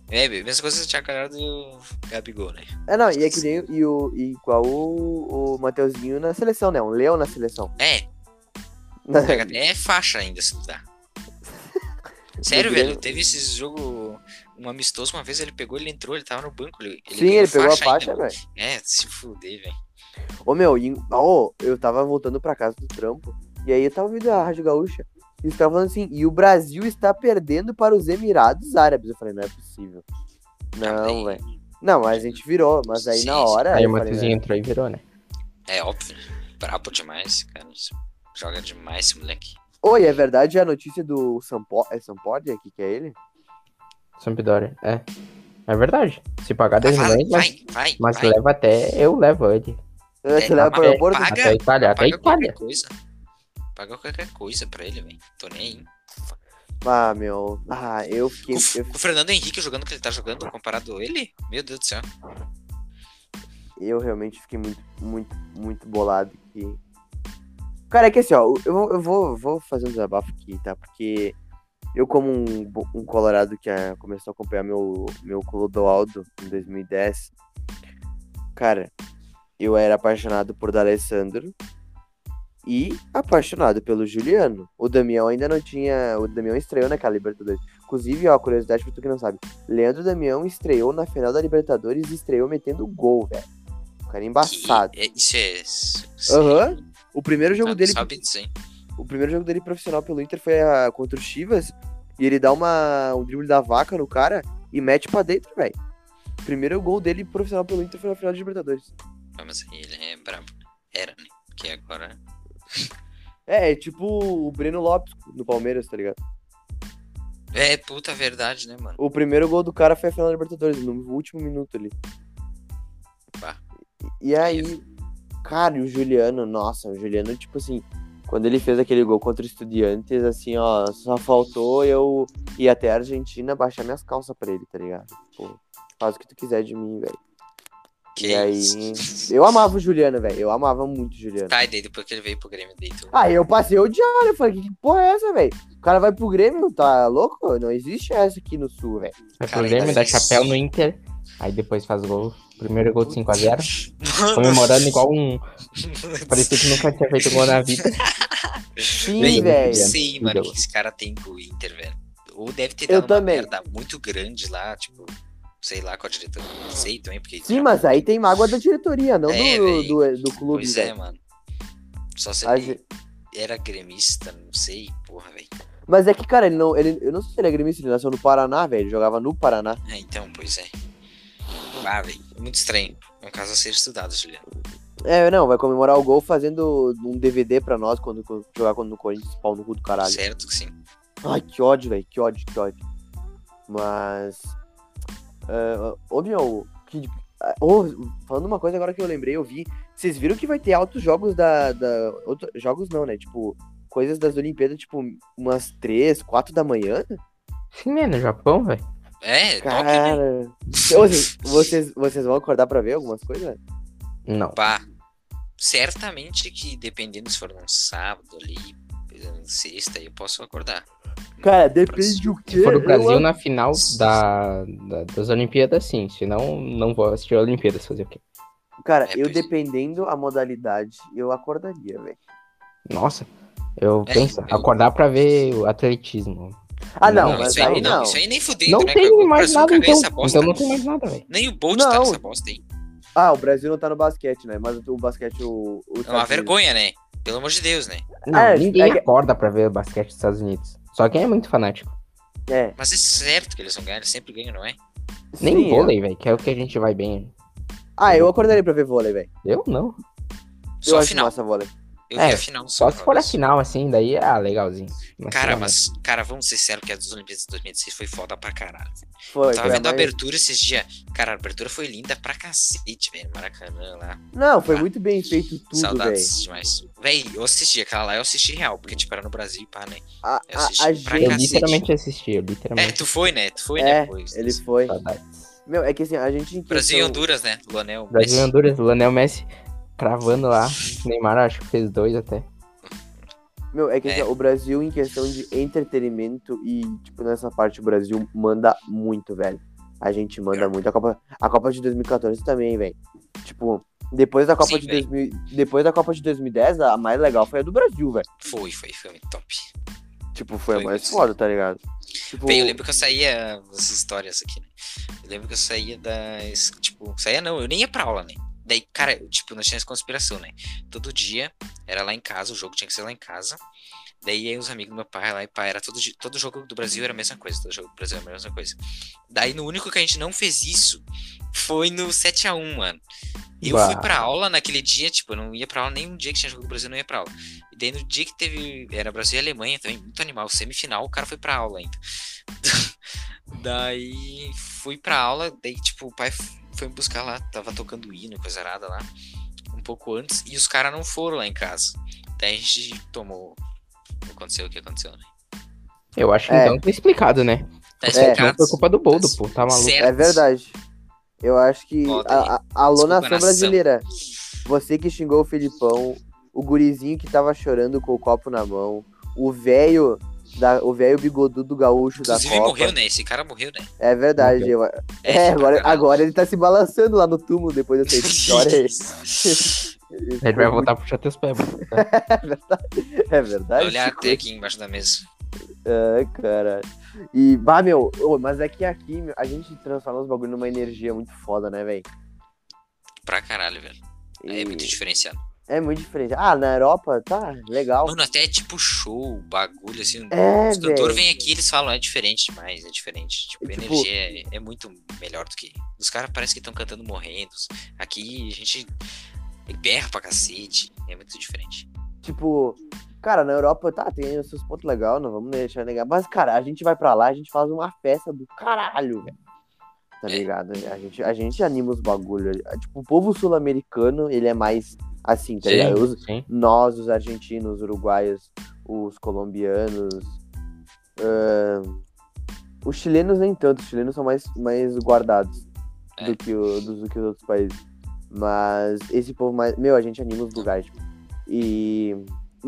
[SPEAKER 2] É, mesma coisa do Thiago Galhardo e o Gabigol, né?
[SPEAKER 1] É, não, e é que nem e o, e igual o, o Mateuzinho na seleção, né? Um Leão na seleção.
[SPEAKER 2] É,
[SPEAKER 1] Na-
[SPEAKER 2] pega até faixa ainda se dá. Sério,
[SPEAKER 1] Grêmio.
[SPEAKER 2] velho, teve esse jogo, um amistoso, uma vez ele pegou, ele entrou, ele tava no banco. Ele,
[SPEAKER 1] Sim, ele
[SPEAKER 2] ganhou
[SPEAKER 1] pegou a faixa,
[SPEAKER 2] ainda.
[SPEAKER 1] velho.
[SPEAKER 2] É, se fuder, velho.
[SPEAKER 1] Ô meu, e, ô, eu tava voltando pra casa do trampo, e aí eu tava ouvindo a Rádio Gaúcha, e os caras falando assim, e o Brasil está perdendo para os Emirados Árabes. Eu falei, não é possível. Não,
[SPEAKER 2] Também.
[SPEAKER 1] velho. Não, mas a gente virou, mas aí
[SPEAKER 2] Sim,
[SPEAKER 1] na
[SPEAKER 2] sim.
[SPEAKER 1] hora.
[SPEAKER 3] Aí
[SPEAKER 1] É, eu
[SPEAKER 3] o
[SPEAKER 1] falei,
[SPEAKER 3] Matheusinho entrou e virou, né?
[SPEAKER 2] É óbvio, brabo demais, cara. Joga demais esse moleque.
[SPEAKER 1] Oi, é verdade a notícia do Sampo... é Sampod aqui, que é ele?
[SPEAKER 3] Sampdoria, é. É verdade. Se pagar
[SPEAKER 1] Tá
[SPEAKER 3] 10
[SPEAKER 2] Ah,
[SPEAKER 3] milhões, mas,
[SPEAKER 2] vai, vai,
[SPEAKER 3] mas
[SPEAKER 2] vai.
[SPEAKER 3] leva até. Eu levo ele.
[SPEAKER 1] É,
[SPEAKER 2] É,
[SPEAKER 1] Você leva
[SPEAKER 3] mas
[SPEAKER 1] pro
[SPEAKER 3] é-
[SPEAKER 1] aeroporto?
[SPEAKER 2] Paga-
[SPEAKER 3] Até a Itália, até a
[SPEAKER 2] Paga qualquer
[SPEAKER 3] Itália.
[SPEAKER 2] coisa. Paga qualquer coisa pra ele, velho. Tô nem aí.
[SPEAKER 1] Ah, meu. Ah, eu fiquei.
[SPEAKER 2] Com,
[SPEAKER 1] Eu,
[SPEAKER 2] com o Fernando Henrique jogando o que ele tá jogando comparado a ele? Meu Deus do céu.
[SPEAKER 1] eu realmente fiquei muito, muito, muito bolado que. Cara, é que assim, ó, eu, vou- eu vou, vou fazer um desabafo aqui, tá? Porque eu, como um, bo- um colorado que ah, começou a acompanhar meu, meu Clodoaldo em 2010, cara, eu era apaixonado por D'Alessandro e apaixonado pelo Juliano. O Damião ainda não tinha. O Damião estreou naquela Libertadores. Inclusive, ó, curiosidade pra tu que não sabe. Leandro Damião estreou na final da Libertadores e estreou metendo gol, velho. O cara é embaçado.
[SPEAKER 2] Que- é- isso é. isso-
[SPEAKER 1] Aham. O primeiro jogo
[SPEAKER 2] sabe-
[SPEAKER 1] dele
[SPEAKER 2] Sabe disso, hein?
[SPEAKER 1] o primeiro jogo dele profissional pelo Inter foi ah, contra o Chivas. E ele dá uma, um drible da vaca no cara e mete pra dentro, velho. Primeiro gol dele profissional pelo Inter foi na final de Libertadores.
[SPEAKER 2] Ah, Mas aí ele é brabo. Era, né? Porque agora.
[SPEAKER 1] É, é tipo o Breno Lopes no Palmeiras, tá ligado?
[SPEAKER 2] É puta verdade, né, mano?
[SPEAKER 1] O primeiro gol do cara foi a final da Libertadores, no último minuto ali.
[SPEAKER 2] Bah.
[SPEAKER 1] E aí, cara, e o Juliano, nossa, o Juliano, tipo assim, quando ele fez aquele gol contra o Estudiantes, assim, ó, só faltou eu ir até a Argentina baixar minhas calças pra ele, tá ligado? Tipo, faz o que tu quiser de mim, velho.
[SPEAKER 2] Que
[SPEAKER 1] E aí, né?
[SPEAKER 2] isso.
[SPEAKER 1] Eu amava o Juliano, velho, eu amava muito o Juliano.
[SPEAKER 2] Tá, e daí depois que ele veio pro Grêmio deitou.
[SPEAKER 1] Aí eu passei o diário, eu falei, que que porra é essa, velho? O cara vai pro Grêmio, tá louco? Não existe essa aqui no Sul, velho.
[SPEAKER 3] Vai pro
[SPEAKER 2] Cara,
[SPEAKER 3] Grêmio,
[SPEAKER 2] ainda
[SPEAKER 3] dá
[SPEAKER 2] fez-
[SPEAKER 3] chapéu no Inter. Aí depois faz gol. Primeiro gol de 5x0. Comemorando igual um. Parecia que nunca tinha feito gol na vida.
[SPEAKER 1] Sim,
[SPEAKER 2] Bem,
[SPEAKER 1] velho.
[SPEAKER 2] Sim, mano,
[SPEAKER 3] Ídolo.
[SPEAKER 2] que esse cara tem pro Inter, velho. Ou deve ter
[SPEAKER 1] Eu
[SPEAKER 2] dado uma
[SPEAKER 1] também.
[SPEAKER 2] merda muito grande lá, tipo, sei lá, com a diretora. Não sei também, porque. um
[SPEAKER 1] Sim, mas aí tem mágoa da diretoria, não
[SPEAKER 2] É,
[SPEAKER 1] do,
[SPEAKER 2] véi.
[SPEAKER 1] do, do clube, né?
[SPEAKER 2] Pois é,
[SPEAKER 1] velho.
[SPEAKER 2] mano. Só se
[SPEAKER 1] A
[SPEAKER 2] ele
[SPEAKER 1] ge-
[SPEAKER 2] era gremista, não sei, porra, velho.
[SPEAKER 1] Mas é que, cara, ele não. Ele, eu não sei se ele é gremista, ele nasceu no Paraná, velho. Ele jogava no Paraná.
[SPEAKER 2] É, então, pois é. Ah, velho, muito estranho. É um caso a ser estudado, Juliano.
[SPEAKER 1] É, não, vai comemorar o gol fazendo um DVD pra nós quando, quando jogar contra o Corinthians, pau no cu do caralho.
[SPEAKER 2] Certo que sim.
[SPEAKER 1] Ai, que ódio, velho. Que ódio, que ódio. Mas. ah, Ô, meu. Que... ah, ô, falando uma coisa agora que eu lembrei, eu vi. Vocês viram que vai ter altos jogos da. da... outro- Jogos não, né? Tipo, coisas das Olimpíadas, tipo, umas três, quatro da manhã?
[SPEAKER 3] Sim, né? No Japão, velho.
[SPEAKER 2] É, top, né?
[SPEAKER 1] Cara. Então, assim, vocês, vocês vão acordar pra ver algumas coisas?
[SPEAKER 3] Não.
[SPEAKER 2] Pá, certamente que dependendo se for num sábado ali, sexta, eu posso acordar.
[SPEAKER 1] Cara, depende do
[SPEAKER 3] Se
[SPEAKER 1] que.
[SPEAKER 3] for o Brasil né? na final da, da- das Olimpíadas, sim. Senão, não vou assistir a Olimpíadas. Fazer o quê?
[SPEAKER 1] Cara,
[SPEAKER 2] É,
[SPEAKER 1] eu
[SPEAKER 2] pois é.
[SPEAKER 1] dependendo a modalidade, eu acordaria, velho.
[SPEAKER 3] Nossa, eu
[SPEAKER 2] É,
[SPEAKER 3] penso,
[SPEAKER 2] eu-
[SPEAKER 3] acordar pra ver o atletismo.
[SPEAKER 1] Ah, não,
[SPEAKER 3] Não,
[SPEAKER 1] mas
[SPEAKER 2] isso aí
[SPEAKER 1] aí não.
[SPEAKER 2] Isso aí nem fudendo,
[SPEAKER 3] Não
[SPEAKER 2] né?
[SPEAKER 3] tem
[SPEAKER 2] cara? O
[SPEAKER 3] mais
[SPEAKER 2] Brasil
[SPEAKER 3] nada,
[SPEAKER 2] caiu
[SPEAKER 3] então.
[SPEAKER 2] essa bosta.
[SPEAKER 3] Então não tem mais nada, velho.
[SPEAKER 2] Nem o Bolt tá
[SPEAKER 1] Não.
[SPEAKER 2] nessa bosta aí.
[SPEAKER 1] Ah, o Brasil não tá no basquete, né? Mas o basquete, o. o
[SPEAKER 2] É uma vergonha, né? Pelo amor de Deus, né?
[SPEAKER 3] Não,
[SPEAKER 1] É,
[SPEAKER 3] ninguém
[SPEAKER 1] é que-
[SPEAKER 3] acorda pra ver o basquete dos Estados Unidos. Só quem é muito fanático.
[SPEAKER 1] É.
[SPEAKER 2] Mas é certo que eles vão ganhar, eles sempre ganham, não é?
[SPEAKER 3] Nem
[SPEAKER 1] sim,
[SPEAKER 3] vôlei, velho, que é o que a gente vai bem.
[SPEAKER 1] Ah, eu acordaria pra ver vôlei, velho.
[SPEAKER 3] Eu não.
[SPEAKER 1] Eu
[SPEAKER 2] Só a
[SPEAKER 1] acho
[SPEAKER 2] final.
[SPEAKER 1] massa vôlei.
[SPEAKER 2] Eu
[SPEAKER 3] É,
[SPEAKER 2] vi a final
[SPEAKER 3] Só se for a
[SPEAKER 2] cara.
[SPEAKER 3] final, assim, daí, ah, legalzinho. né?
[SPEAKER 2] Cara,
[SPEAKER 3] sei lá,
[SPEAKER 2] mas, cara, vamos ser sérios que a dos Olimpíadas de 2016 foi foda pra caralho.
[SPEAKER 1] Foi,
[SPEAKER 2] Tava
[SPEAKER 1] foi a
[SPEAKER 2] vendo a
[SPEAKER 1] mais-
[SPEAKER 2] abertura esses dias. Cara, a abertura foi linda pra cacete, velho. Maracanã lá.
[SPEAKER 1] Não, foi muito bem feito tudo, velho.
[SPEAKER 2] Saudades demais. Véi, eu assisti aquela lá, eu assisti real, porque tipo, era no Brasil, pá, né?
[SPEAKER 1] A,
[SPEAKER 2] Eu
[SPEAKER 1] a-
[SPEAKER 2] assisti
[SPEAKER 1] a
[SPEAKER 2] pra
[SPEAKER 1] gente.
[SPEAKER 3] Eu
[SPEAKER 2] cacete.
[SPEAKER 3] literalmente assisti, eu
[SPEAKER 2] assim, É,
[SPEAKER 3] literalmente.
[SPEAKER 2] tu foi, né? Tu foi,
[SPEAKER 1] É,
[SPEAKER 2] né? Pois,
[SPEAKER 1] ele foi.
[SPEAKER 3] Saudades.
[SPEAKER 1] Meu, é que assim, a gente. em
[SPEAKER 2] Brasil e
[SPEAKER 1] questão-
[SPEAKER 2] Honduras, né? Luanel.
[SPEAKER 3] Brasil e
[SPEAKER 2] Messi.
[SPEAKER 3] Honduras, Lanel Messi cravando lá. Neymar acho que fez dois até.
[SPEAKER 1] Meu, é que assim,
[SPEAKER 2] É.
[SPEAKER 1] o Brasil, em questão de entretenimento e, tipo, nessa parte, o Brasil manda muito, velho. A gente manda
[SPEAKER 2] É.
[SPEAKER 1] muito. A Copa, a Copa de 2014 também, velho. Tipo, depois da Copa
[SPEAKER 2] Sim,
[SPEAKER 1] de
[SPEAKER 2] velho.
[SPEAKER 1] 2000, depois da Copa de 2010, a mais legal foi a do Brasil, velho.
[SPEAKER 2] Foi, foi, foi muito top.
[SPEAKER 1] Tipo, foi, a
[SPEAKER 2] Foi
[SPEAKER 1] mais
[SPEAKER 2] mesmo.
[SPEAKER 1] foda, tá ligado? Tipo,
[SPEAKER 2] Bem, eu lembro que eu saía as histórias aqui, né? Eu lembro que eu saía das. Tipo, saía não, eu nem ia pra aula, né? Daí, cara, eu, tipo, não tinha essa conspiração, né? Todo dia era lá em casa, o jogo tinha que ser lá em casa. Daí aí os amigos do meu pai lá e pá, era todo, di- todo jogo do Brasil era a mesma coisa, todo jogo do Brasil era a mesma coisa. Daí no único que a gente não fez isso foi no 7x1, mano. Eu
[SPEAKER 3] Bah.
[SPEAKER 2] fui pra aula naquele dia, tipo, eu não ia pra aula nenhum dia que tinha jogo do Brasil, eu não ia pra aula. E daí no dia que teve. Era Brasil e Alemanha também, muito animal. Semifinal, o cara foi pra aula ainda. daí fui pra aula, daí, tipo, o pai f- foi me buscar lá, tava tocando hino, coisa arada lá, um pouco antes, e os caras não foram lá em casa. Daí a gente tomou. Aconteceu o que aconteceu, né?
[SPEAKER 3] Eu acho
[SPEAKER 1] É.
[SPEAKER 3] então que tá explicado, né?
[SPEAKER 2] Tá
[SPEAKER 1] É.
[SPEAKER 3] Não
[SPEAKER 2] explicado.
[SPEAKER 3] foi culpa do Boldo, pô. Tá maluco.
[SPEAKER 2] Certo.
[SPEAKER 1] é verdade. Eu acho que
[SPEAKER 2] Volta
[SPEAKER 1] a, a, a alô
[SPEAKER 2] Desculpa,
[SPEAKER 1] nação
[SPEAKER 2] nação.
[SPEAKER 1] brasileira, você que xingou o Filipão, o gurizinho que tava chorando com o copo na mão, o velho da o velho bigodudo gaúcho da
[SPEAKER 2] Inclusive
[SPEAKER 1] Copa.
[SPEAKER 2] morreu, né? Esse cara morreu, né?
[SPEAKER 1] É verdade.
[SPEAKER 3] Morreu.
[SPEAKER 1] eu- É, agora,
[SPEAKER 2] caralho.
[SPEAKER 1] agora ele tá se balançando lá no túmulo depois dessa história. aí.
[SPEAKER 3] Ele vai voltar a puxar teus pés. mano.
[SPEAKER 1] É verdade.
[SPEAKER 2] Olhar
[SPEAKER 1] Chico?
[SPEAKER 2] até aqui embaixo da mesa.
[SPEAKER 1] É, cara. E, bah, meu, ô, mas é que aqui meu, a gente transforma os bagulho numa energia muito foda, né, velho?
[SPEAKER 2] Pra caralho, velho. É muito diferenciado.
[SPEAKER 1] É muito diferente. Ah, na Europa, tá, legal.
[SPEAKER 2] Mano, até tipo show, bagulho, assim.
[SPEAKER 1] É,
[SPEAKER 2] os cantores
[SPEAKER 1] velho.
[SPEAKER 2] vêm aqui eles falam, é diferente demais, é diferente. Tipo, a
[SPEAKER 1] Tipo-
[SPEAKER 2] energia é, é muito melhor do que. Os caras parecem que estão cantando morrendo. Aqui a gente berra pra cacete. É muito diferente.
[SPEAKER 1] Tipo, cara, na Europa, tá, tem os seus pontos legais, não vamos deixar negar. Mas, cara, a gente vai pra lá, a gente faz uma festa do caralho, velho. Tá
[SPEAKER 2] É.
[SPEAKER 1] ligado? A gente, a gente anima os bagulhos. Tipo, o povo sul-americano, ele é mais assim, tá
[SPEAKER 2] Sim.
[SPEAKER 1] ligado? Os-
[SPEAKER 3] Sim.
[SPEAKER 1] nós, os argentinos, os uruguaios, os colombianos. ahn, os chilenos nem tanto, os chilenos são mais, mais guardados
[SPEAKER 2] É.
[SPEAKER 1] do, que o- dos- do que os outros países. Mas esse povo mais. Meu, a gente anima os lugares. tipo. E.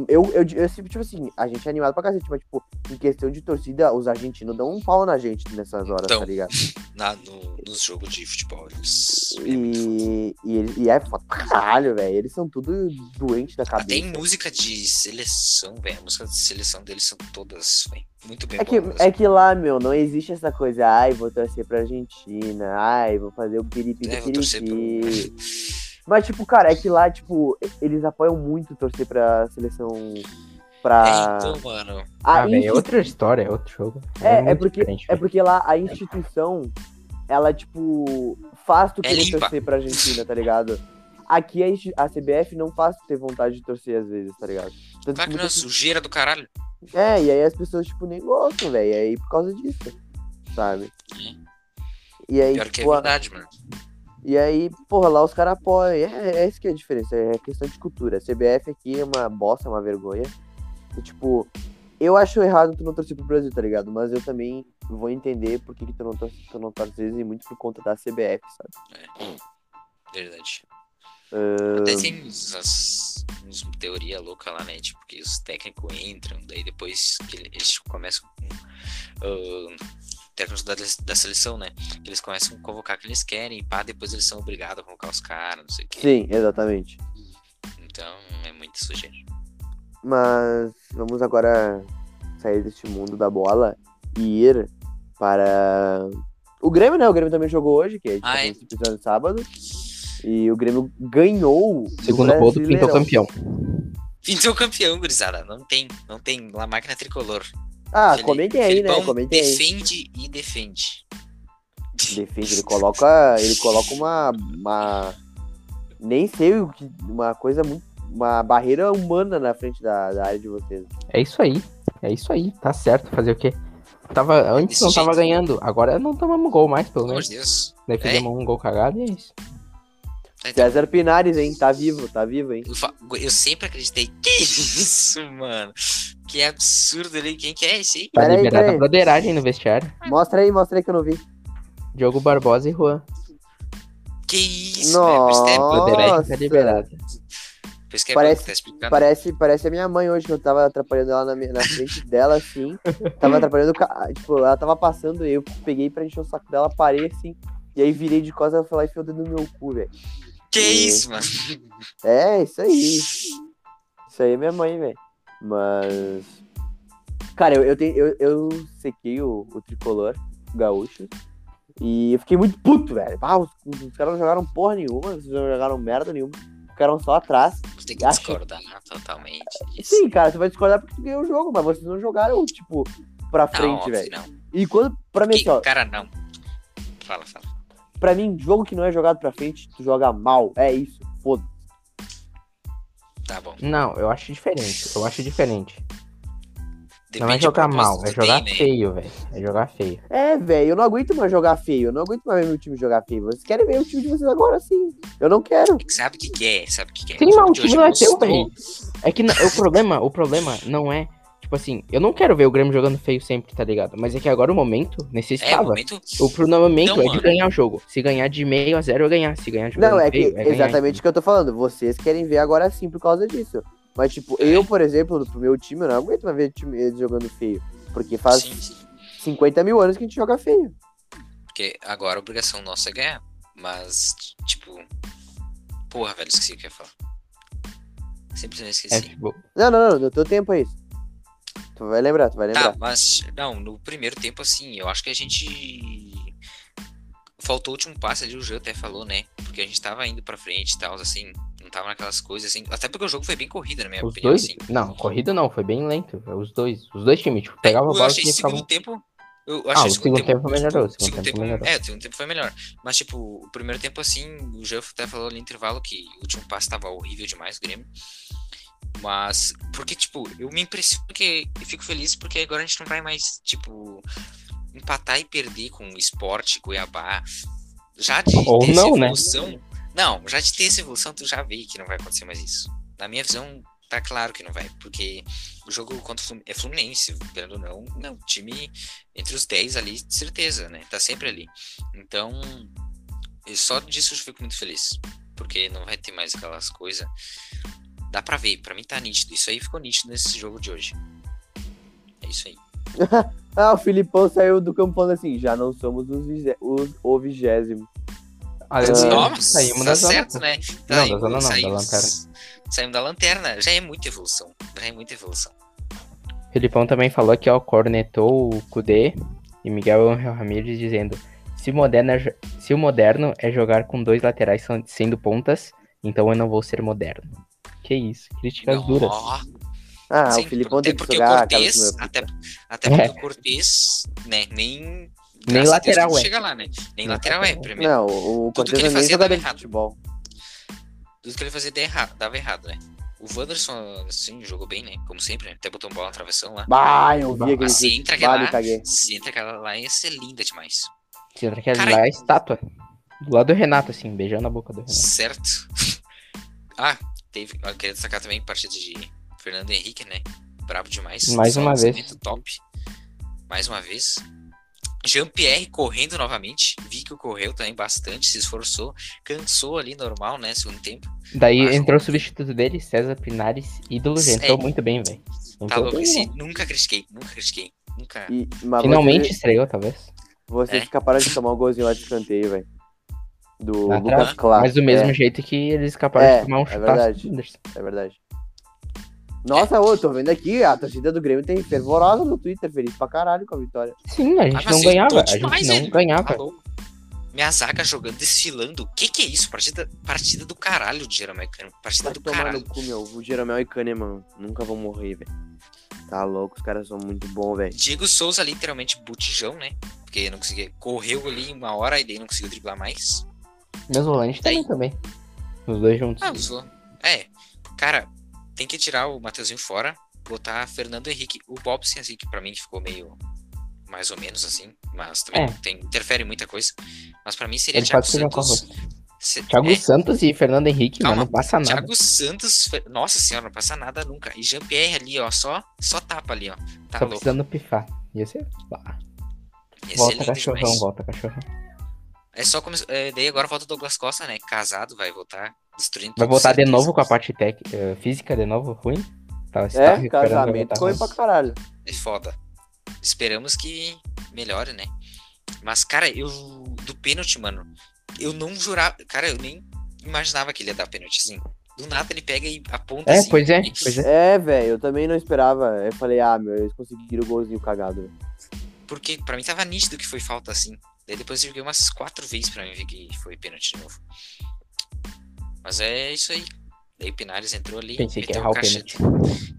[SPEAKER 1] Eu, eu, eu sempre, tipo assim, a gente é animado pra cacete, mas, tipo, em questão de torcida, os argentinos dão um pau na gente nessas horas,
[SPEAKER 2] Dão.
[SPEAKER 1] tá ligado?
[SPEAKER 2] Na, no, nos jogos de futebol, eles. é muito foda.
[SPEAKER 1] E, e, eles- e é foda pra caralho, velho. Eles são tudo doentes da
[SPEAKER 2] Até
[SPEAKER 1] cabeça.
[SPEAKER 2] em Ah, música de seleção, velho. A música de seleção deles são todas, velho. Muito bem
[SPEAKER 1] É que,
[SPEAKER 2] boas.
[SPEAKER 1] é que lá, meu, não existe essa coisa, ai, vou torcer pra Argentina, ai, vou fazer o piripiri
[SPEAKER 2] É, vou torcer pro-
[SPEAKER 1] piripiri. Mas, tipo, cara, é que lá, tipo, eles apoiam muito torcer pra seleção. Pra.
[SPEAKER 2] É, então, mano.
[SPEAKER 1] a
[SPEAKER 3] Ah, velho, é
[SPEAKER 1] insti-
[SPEAKER 3] outra história, é outro jogo.
[SPEAKER 1] é, é
[SPEAKER 3] muito
[SPEAKER 1] porque,
[SPEAKER 3] diferente,
[SPEAKER 1] é
[SPEAKER 3] velho.
[SPEAKER 1] porque lá a instituição, ela, tipo, faz tu
[SPEAKER 2] É
[SPEAKER 1] querer
[SPEAKER 2] limpa.
[SPEAKER 1] torcer pra Argentina, tá ligado? Aqui a, insti- a CBF não faz tu ter vontade de torcer às vezes, tá ligado? Tanto
[SPEAKER 2] Claro que não, é
[SPEAKER 1] muitas-
[SPEAKER 2] sujeira do caralho.
[SPEAKER 1] É, e aí as pessoas, tipo, nem gostam, velho. E aí por causa disso, sabe? E aí,
[SPEAKER 2] Pior que é
[SPEAKER 1] tipo, a-
[SPEAKER 2] verdade, mano.
[SPEAKER 1] e aí, porra, lá os caras apoiam. É, é isso que é a diferença, é questão de cultura. CBF aqui é uma bosta, é uma vergonha. E, tipo, Eu acho errado tu não torcer pro Brasil, tá ligado? Mas eu também vou entender por que, que tu não torce, tu não torces e muito por conta da CBF, sabe?
[SPEAKER 2] Verdade. Até tem uns- as- uns teoria louca lá, né? Tipo, que os técnicos entram, daí depois que ele- eles começam com. ah, técnicos da, da seleção, né? Que eles começam a convocar quem eles querem, pá, depois eles são obrigados a convocar os caras, não sei o quê.
[SPEAKER 1] Sim, exatamente.
[SPEAKER 2] Então é muito sujeira.
[SPEAKER 1] Mas vamos agora sair deste mundo da bola e ir para o Grêmio, né? O Grêmio também jogou hoje, que a gente tá
[SPEAKER 2] Ah, é.
[SPEAKER 1] falando esse episódio sábado. E o Grêmio ganhou. do
[SPEAKER 3] Segundo gol do Pinto
[SPEAKER 1] Brasileirão.
[SPEAKER 3] campeão.
[SPEAKER 2] Então campeão, gurizada. Não tem, não tem. Lá máquina tricolor.
[SPEAKER 1] Ah,
[SPEAKER 2] Felipe-
[SPEAKER 1] comentem aí, né?
[SPEAKER 2] Felipão
[SPEAKER 1] Comentem aí.
[SPEAKER 2] defende e defende.
[SPEAKER 1] Defende, ele coloca. Ele coloca uma. uma- nem sei o que. Uma coisa muito. Uma barreira humana na frente da, da área de vocês.
[SPEAKER 3] É isso aí. É isso aí. Tá certo. Fazer o quê? Tava, antes
[SPEAKER 2] desse
[SPEAKER 3] não tava
[SPEAKER 2] jeito.
[SPEAKER 3] ganhando. Agora não tomamos gol mais,
[SPEAKER 2] Pelo
[SPEAKER 3] pelo
[SPEAKER 2] amor
[SPEAKER 3] menos.
[SPEAKER 2] de Deus. Tá
[SPEAKER 3] Daí fizemos um gol cagado e é isso.
[SPEAKER 1] César Pinares, hein? Tá vivo, tá vivo, hein?
[SPEAKER 2] Eu, fa- eu sempre acreditei. Que isso, mano? Que absurdo ali. Quem que é esse aí?
[SPEAKER 3] Tá
[SPEAKER 1] Peraí,
[SPEAKER 3] liberada
[SPEAKER 1] peraí.
[SPEAKER 3] a broderagem no vestiário.
[SPEAKER 1] Mostra aí, mostra aí que eu não vi.
[SPEAKER 3] Diogo Barbosa e Juan.
[SPEAKER 2] Que isso, né? Pois é,
[SPEAKER 1] Nossa,
[SPEAKER 3] Broderagem tá liberada.
[SPEAKER 2] pois que é
[SPEAKER 1] Parece-
[SPEAKER 2] bom, tá explicando.
[SPEAKER 1] parece, parece a minha mãe hoje, que eu tava atrapalhando ela na, minha- na frente dela, assim. Tava atrapalhando, o ca- tipo, ela tava passando, eu peguei pra encher o saco dela, parei assim. E aí virei de costas e falei, enfiou o dedo no meu cu, velho.
[SPEAKER 2] Que isso, mano?
[SPEAKER 1] É, isso aí. Isso aí é minha mãe, velho. Mas. Cara, eu, eu, tenho- eu, eu sequei o, o tricolor gaúcho. E eu fiquei muito puto, velho. Ah, os, os caras não jogaram porra nenhuma, os não jogaram merda nenhuma. Ficaram só atrás.
[SPEAKER 2] Tem que
[SPEAKER 1] Acho-
[SPEAKER 2] discordar totalmente. disso.
[SPEAKER 1] Sim, cara, você vai discordar porque tu ganhou o jogo, mas vocês não jogaram, tipo, pra
[SPEAKER 2] Não,
[SPEAKER 1] frente,
[SPEAKER 2] Tá óbvio,
[SPEAKER 1] velho.
[SPEAKER 2] não.
[SPEAKER 1] E quando. Pra mim,
[SPEAKER 2] Que,
[SPEAKER 1] assim, ó,
[SPEAKER 2] cara, não. Fala, fala.
[SPEAKER 1] pra mim, jogo que não é jogado pra frente, tu joga mal. É isso. Foda.
[SPEAKER 2] Tá bom.
[SPEAKER 3] Não, eu acho diferente. Eu acho diferente. não é
[SPEAKER 2] Depende do
[SPEAKER 3] jogar
[SPEAKER 2] propósito
[SPEAKER 3] mal, é
[SPEAKER 2] que tu
[SPEAKER 3] jogar
[SPEAKER 2] tem, né?
[SPEAKER 3] feio, velho. É jogar feio.
[SPEAKER 1] É, velho, eu não aguento mais jogar feio. Eu não aguento mais ver meu time jogar feio. Vocês querem ver o time de vocês agora sim. Eu não quero.
[SPEAKER 2] Sabe o que, que é? Sabe o que, que é?
[SPEAKER 3] Sim, mas o
[SPEAKER 2] De hoje
[SPEAKER 3] time não é teu,
[SPEAKER 2] mostrou-
[SPEAKER 3] velho. É que na- o problema, o problema não é, tipo assim, eu não quero ver o Grêmio jogando feio sempre, tá ligado? Mas é que agora o momento
[SPEAKER 2] É, o
[SPEAKER 3] necessitava.
[SPEAKER 2] momento
[SPEAKER 3] o
[SPEAKER 2] Então,
[SPEAKER 3] momento é de
[SPEAKER 2] mano.
[SPEAKER 3] ganhar o jogo. Se ganhar de meio a zero, eu ganhar. Se ganhar jogando
[SPEAKER 1] Não, é que
[SPEAKER 3] feio, é ganhar.
[SPEAKER 1] exatamente o que eu tô falando. Vocês querem ver agora sim por causa disso. Mas, tipo,
[SPEAKER 2] É.
[SPEAKER 1] eu, por exemplo, pro meu time, eu não aguento mais ver o time eles jogando feio. Porque faz
[SPEAKER 2] Sim, sim.
[SPEAKER 1] 50 mil anos que a gente joga feio.
[SPEAKER 2] Porque agora a obrigação nossa é ganhar. Mas, tipo. Porra, velho, esqueci o que eu ia falar. Simplesmente
[SPEAKER 3] É,
[SPEAKER 2] esqueci.
[SPEAKER 3] tipo,
[SPEAKER 1] Não, não, não, deu teu tempo é isso. Tu vai lembrar, tu vai lembrar.
[SPEAKER 2] tá, mas. Não, no primeiro tempo, assim, eu acho que a gente. Faltou o último passe ali, o Jean até falou, né? Porque a gente tava indo pra frente e tal, assim. Não tava naquelas coisas, assim. Até porque o jogo foi bem corrido, na minha
[SPEAKER 3] os
[SPEAKER 2] opinião,
[SPEAKER 3] dois.
[SPEAKER 2] assim.
[SPEAKER 3] Não, corrida não, foi bem lento. velho, Os dois. Os dois times, tipo, pegava a
[SPEAKER 2] É, Eu
[SPEAKER 3] bola
[SPEAKER 2] achei
[SPEAKER 3] e
[SPEAKER 2] o segundo
[SPEAKER 3] ficavam.
[SPEAKER 2] tempo. Eu
[SPEAKER 3] Ah,
[SPEAKER 2] achei
[SPEAKER 3] o segundo tempo melhorou, o
[SPEAKER 2] tipo,
[SPEAKER 3] segundo tempo melhorou.
[SPEAKER 2] É, o segundo tempo foi melhor. Mas, tipo, o primeiro tempo, assim, o Jeff até falou ali no intervalo que o último passe tava horrível demais, o Grêmio. Mas, porque, tipo, eu me impressiono que. Eu fico feliz porque agora a gente não vai mais, tipo, empatar e perder com o esporte, Cuiabá. Já de
[SPEAKER 3] Ou
[SPEAKER 2] ter
[SPEAKER 3] não,
[SPEAKER 2] essa
[SPEAKER 3] né?
[SPEAKER 2] evolução. Não, já de ter essa evolução, tu já vê que não vai acontecer mais isso. Na minha visão, tá claro que não vai, porque o jogo contra o Flumin- é Fluminense, querendo ou não, é um time entre os 10 ali, de certeza, né? Tá sempre ali. Então, e só disso eu fico muito feliz, porque não vai ter mais aquelas coisas. Dá pra ver, pra mim tá nítido. Isso aí ficou nítido nesse jogo de hoje. É isso aí.
[SPEAKER 1] Ah, o Filipão saiu do campo falando assim, já não somos os, vigé- os- o vigésimo.
[SPEAKER 3] Aleluia,
[SPEAKER 2] Nossa,
[SPEAKER 3] Ah, é, saímos
[SPEAKER 2] tá
[SPEAKER 3] da zona.
[SPEAKER 2] certo, né?
[SPEAKER 3] Não, da
[SPEAKER 2] Saímos-
[SPEAKER 3] zona não, da
[SPEAKER 2] saímos-
[SPEAKER 3] lanterna.
[SPEAKER 2] Saímos da lanterna, já é muita evolução. Já é muita evolução.
[SPEAKER 3] Felipão também falou que ó, cornetou o Kudê e Miguel Angel Ramírez dizendo: se, moderno é jo- se o moderno é jogar com dois laterais son- sendo pontas, então eu não vou ser moderno. Que isso, críticas duras.
[SPEAKER 2] Ó,
[SPEAKER 1] Ah,
[SPEAKER 2] Sim,
[SPEAKER 1] o Filipão
[SPEAKER 2] até
[SPEAKER 1] tem que
[SPEAKER 2] porque
[SPEAKER 1] jogar a
[SPEAKER 2] o
[SPEAKER 1] cabeça
[SPEAKER 2] Cortez,
[SPEAKER 1] do meu
[SPEAKER 2] até,
[SPEAKER 1] pica.
[SPEAKER 2] até porque o Cortez, né, nem. graças a Deus
[SPEAKER 3] É. lateral
[SPEAKER 2] não
[SPEAKER 3] é.
[SPEAKER 2] Chega lá, né? Nem
[SPEAKER 3] Nem
[SPEAKER 2] lateral é,
[SPEAKER 3] lateral.
[SPEAKER 2] primeiro.
[SPEAKER 1] Não, o- o
[SPEAKER 2] Tudo que
[SPEAKER 1] Cortez
[SPEAKER 2] ele
[SPEAKER 1] nem
[SPEAKER 2] fazia
[SPEAKER 1] jogador
[SPEAKER 2] dava
[SPEAKER 1] de
[SPEAKER 2] errado.
[SPEAKER 1] futebol.
[SPEAKER 2] Tudo que ele fazia dava errado, dava errado, né? O Wanderson, assim, jogou bem, né? Como sempre, né? Até botou uma bola na travessão lá.
[SPEAKER 1] Bah, eu vi aquele
[SPEAKER 2] Mas se
[SPEAKER 1] vídeo.
[SPEAKER 2] entra aquela
[SPEAKER 1] Bah, me
[SPEAKER 2] lá,
[SPEAKER 1] caguei.
[SPEAKER 2] se entra aquela lá, ia ser linda demais.
[SPEAKER 3] Se entra aquela
[SPEAKER 2] Cara,
[SPEAKER 3] lá, é a estátua. Do lado do Renato, assim, beijando a boca do Renato.
[SPEAKER 2] Certo. ah, teve. Eu queria destacar também a partida de Fernando Henrique, né? brabo demais.
[SPEAKER 3] Mais
[SPEAKER 2] Só
[SPEAKER 3] uma vez.
[SPEAKER 2] lançamento Top. Mais uma vez. Jean-Pierre correndo novamente. Vi que correu também bastante, se esforçou. Cansou ali, normal, né? Segundo tempo.
[SPEAKER 3] Daí
[SPEAKER 2] Mas-
[SPEAKER 3] entrou o substituto dele, César Pinares, ídolo, já entrou
[SPEAKER 2] Sério?
[SPEAKER 3] muito bem, velho.
[SPEAKER 2] Tá
[SPEAKER 3] Entrou
[SPEAKER 2] louco.
[SPEAKER 3] bem,
[SPEAKER 2] esse-
[SPEAKER 3] né?
[SPEAKER 2] Nunca critiquei, nunca critiquei. Nunca.
[SPEAKER 1] E, mas
[SPEAKER 3] Finalmente estreou, talvez.
[SPEAKER 1] Vocês, vocês
[SPEAKER 2] É.
[SPEAKER 1] acabaram de tomar um golzinho lá de escanteio, velho. Do
[SPEAKER 3] Lá
[SPEAKER 1] Lucas
[SPEAKER 2] atrás,
[SPEAKER 1] Claro.
[SPEAKER 3] Mas do mesmo
[SPEAKER 2] é.
[SPEAKER 3] jeito que eles escaparam
[SPEAKER 1] É,
[SPEAKER 3] de tomar
[SPEAKER 1] é
[SPEAKER 3] um chutaço
[SPEAKER 1] verdade.
[SPEAKER 3] do Anderson.
[SPEAKER 1] É verdade. Nossa, ô, tô vendo aqui, a torcida do Grêmio tem fervorosa no Twitter, feliz pra caralho com a vitória.
[SPEAKER 3] Sim, a gente
[SPEAKER 2] Ah, mas
[SPEAKER 3] não
[SPEAKER 2] acertou
[SPEAKER 3] ganhava. A
[SPEAKER 2] demais,
[SPEAKER 3] gente não
[SPEAKER 2] ele. Tá
[SPEAKER 3] ganhava.
[SPEAKER 2] louco. Minha zaga jogando, desfilando. O que que é isso? Partida, partida do caralho de Jeromel Cano. Partida
[SPEAKER 1] Vai
[SPEAKER 2] do
[SPEAKER 1] tomar no
[SPEAKER 2] caralho.
[SPEAKER 1] cu, meu. O Jeromel e Kahneman nunca vão morrer, velho. Tá louco, os caras são muito bons, velho.
[SPEAKER 2] Diego Souza literalmente botijão, né? Porque não conseguia. Correu ali uma hora e daí não conseguiu driblar mais.
[SPEAKER 3] Meus volantes
[SPEAKER 2] Daí-
[SPEAKER 3] também, também. Os dois juntos.
[SPEAKER 2] Ah, usou. É. Cara, tem que tirar o Mateuzinho fora, botar Fernando Henrique. O Bobson, assim, que pra mim ficou meio mais ou menos assim. Mas também
[SPEAKER 3] É.
[SPEAKER 2] tem, interfere em muita coisa. Mas pra mim seria
[SPEAKER 3] Ele
[SPEAKER 2] Thiago
[SPEAKER 3] quase fez uma
[SPEAKER 2] Santos.
[SPEAKER 3] corrida.
[SPEAKER 2] Se-
[SPEAKER 3] Thiago
[SPEAKER 2] é,
[SPEAKER 3] Santos e Fernando Henrique,
[SPEAKER 2] Calma,
[SPEAKER 3] mano, não passa nada.
[SPEAKER 2] Thiago Santos. Fer- Nossa senhora, não passa nada nunca. E Jean-Pierre ali, ó, só, só tapa ali, ó. Tá
[SPEAKER 3] Só
[SPEAKER 2] louco.
[SPEAKER 3] precisando pifar. Ia ser. pá.
[SPEAKER 2] Ia ser
[SPEAKER 3] Volta
[SPEAKER 2] lindo
[SPEAKER 3] cachorrão,
[SPEAKER 2] demais.
[SPEAKER 3] volta cachorrão.
[SPEAKER 2] É só começar. é, daí agora volta o Douglas Costa, né? Casado, vai voltar destruindo
[SPEAKER 3] Vai
[SPEAKER 2] tudo,
[SPEAKER 3] voltar de
[SPEAKER 2] certeza.
[SPEAKER 3] novo com a parte tec... eh, física de novo, ruim? Tá, se tá
[SPEAKER 1] É,
[SPEAKER 3] recuperando, vai
[SPEAKER 1] casamento
[SPEAKER 3] voltar
[SPEAKER 1] foi
[SPEAKER 3] ruim.
[SPEAKER 1] pra caralho.
[SPEAKER 2] É foda. Esperamos que melhore, né? Mas, cara, eu. Do pênalti, mano. Eu não jurava. Cara, eu nem imaginava que ele ia dar pênalti, assim. Do nada ele pega e aponta.
[SPEAKER 3] É,
[SPEAKER 2] assim,
[SPEAKER 3] pois é,
[SPEAKER 2] e-
[SPEAKER 3] pois é.
[SPEAKER 1] É, velho, eu também não esperava. Eu falei, ah, meu, eles conseguiram o golzinho cagado, velho.
[SPEAKER 2] Porque pra mim tava nítido que foi falta, assim. Daí depois eu joguei umas quatro vezes pra mim ver que foi pênalti de novo. Mas é isso aí. Daí o Pinares entrou ali.
[SPEAKER 3] Pensei que ia
[SPEAKER 2] meteu
[SPEAKER 3] errar o
[SPEAKER 2] cachete.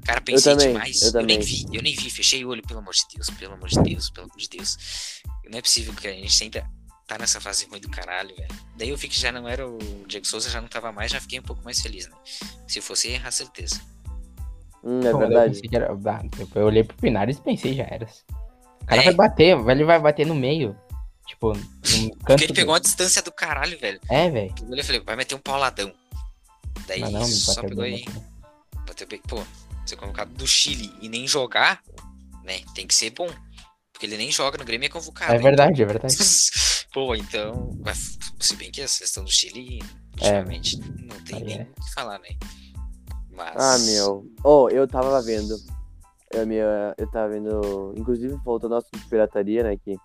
[SPEAKER 2] Cara, pensei
[SPEAKER 1] também,
[SPEAKER 2] demais.
[SPEAKER 1] eu
[SPEAKER 2] Eu,
[SPEAKER 1] também.
[SPEAKER 2] nem vi, eu nem vi. Fechei o olho, pelo amor de Deus, pelo amor de Deus, pelo amor de Deus. Não é possível que a gente ainda tá nessa fase ruim do caralho, velho. Daí eu vi que já não era o Diego Souza, já não tava mais, já fiquei um pouco mais feliz, né? Se fosse errar, certeza.
[SPEAKER 1] Hum, é
[SPEAKER 3] Bom, eu
[SPEAKER 1] verdade.
[SPEAKER 3] pensei que era- bah, tipo, Eu, eu olhei pro Pinares e pensei, já era. O cara
[SPEAKER 2] É.
[SPEAKER 3] vai bater, ele vai bater no meio. Tipo, no canto.
[SPEAKER 2] Porque ele
[SPEAKER 3] do-
[SPEAKER 2] pegou uma distância do caralho, velho.
[SPEAKER 3] É, velho.
[SPEAKER 2] Eu olhei e falei, vai meter um pauladão. Daí
[SPEAKER 3] Mas não, me
[SPEAKER 2] É só
[SPEAKER 3] bateu
[SPEAKER 2] pegou
[SPEAKER 3] bem.
[SPEAKER 2] aí. Bateu bem. Pô, ser convocado do Chile e nem jogar, né? Tem que ser bom. Porque ele nem joga no Grêmio e é convocado.
[SPEAKER 3] É verdade, é verdade.
[SPEAKER 2] Então, pô, então. vai f- Se bem que a questão do Chile, ultimamente, não tem
[SPEAKER 3] Aí
[SPEAKER 2] nem
[SPEAKER 3] é.
[SPEAKER 2] o que falar, né? Mas.
[SPEAKER 1] Ah, meu. Oh, eu tava vendo. Eu, minha, eu tava vendo. Inclusive, voltando ao assunto de pirataria, né? Que...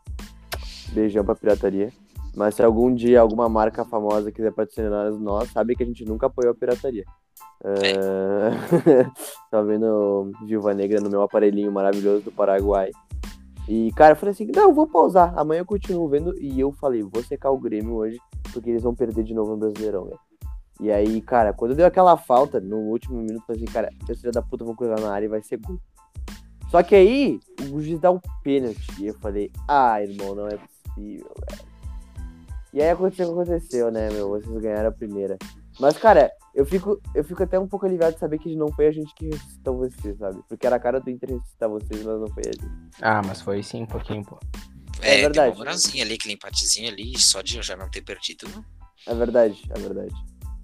[SPEAKER 1] Beijão pra pirataria. Mas se algum dia alguma marca famosa quiser patrocinar nós, sabe que a gente nunca apoiou a pirataria. Ah, tava vendo Viúva Negra no meu aparelhinho maravilhoso do Paraguai. E, cara, eu falei assim: não, eu vou pausar. Amanhã eu continuo vendo. E eu falei: vou secar o Grêmio hoje, porque eles vão perder de novo no Brasileirão, velho. E aí, cara, quando deu aquela falta no último minuto, eu falei assim, cara, os filhos da puta vão cruzar na área e vai ser gol. Só que aí, o juiz dá um pênalti. E eu falei, ah, irmão, não é possível, velho. E aí aconteceu o que aconteceu, né, meu? Vocês ganharam a primeira. Mas, cara, eu fico, eu fico até um pouco aliviado de saber que não foi a gente que ressuscitou vocês, sabe? Porque era a cara do Inter ressuscitar vocês, mas não foi a gente.
[SPEAKER 3] Ah, mas foi sim, um pouquinho, pô.
[SPEAKER 1] É
[SPEAKER 2] É, tem
[SPEAKER 1] verdade.
[SPEAKER 2] uma moralzinha ali, aquele empatezinho ali, só de eu já não ter perdido.
[SPEAKER 1] É verdade, é verdade.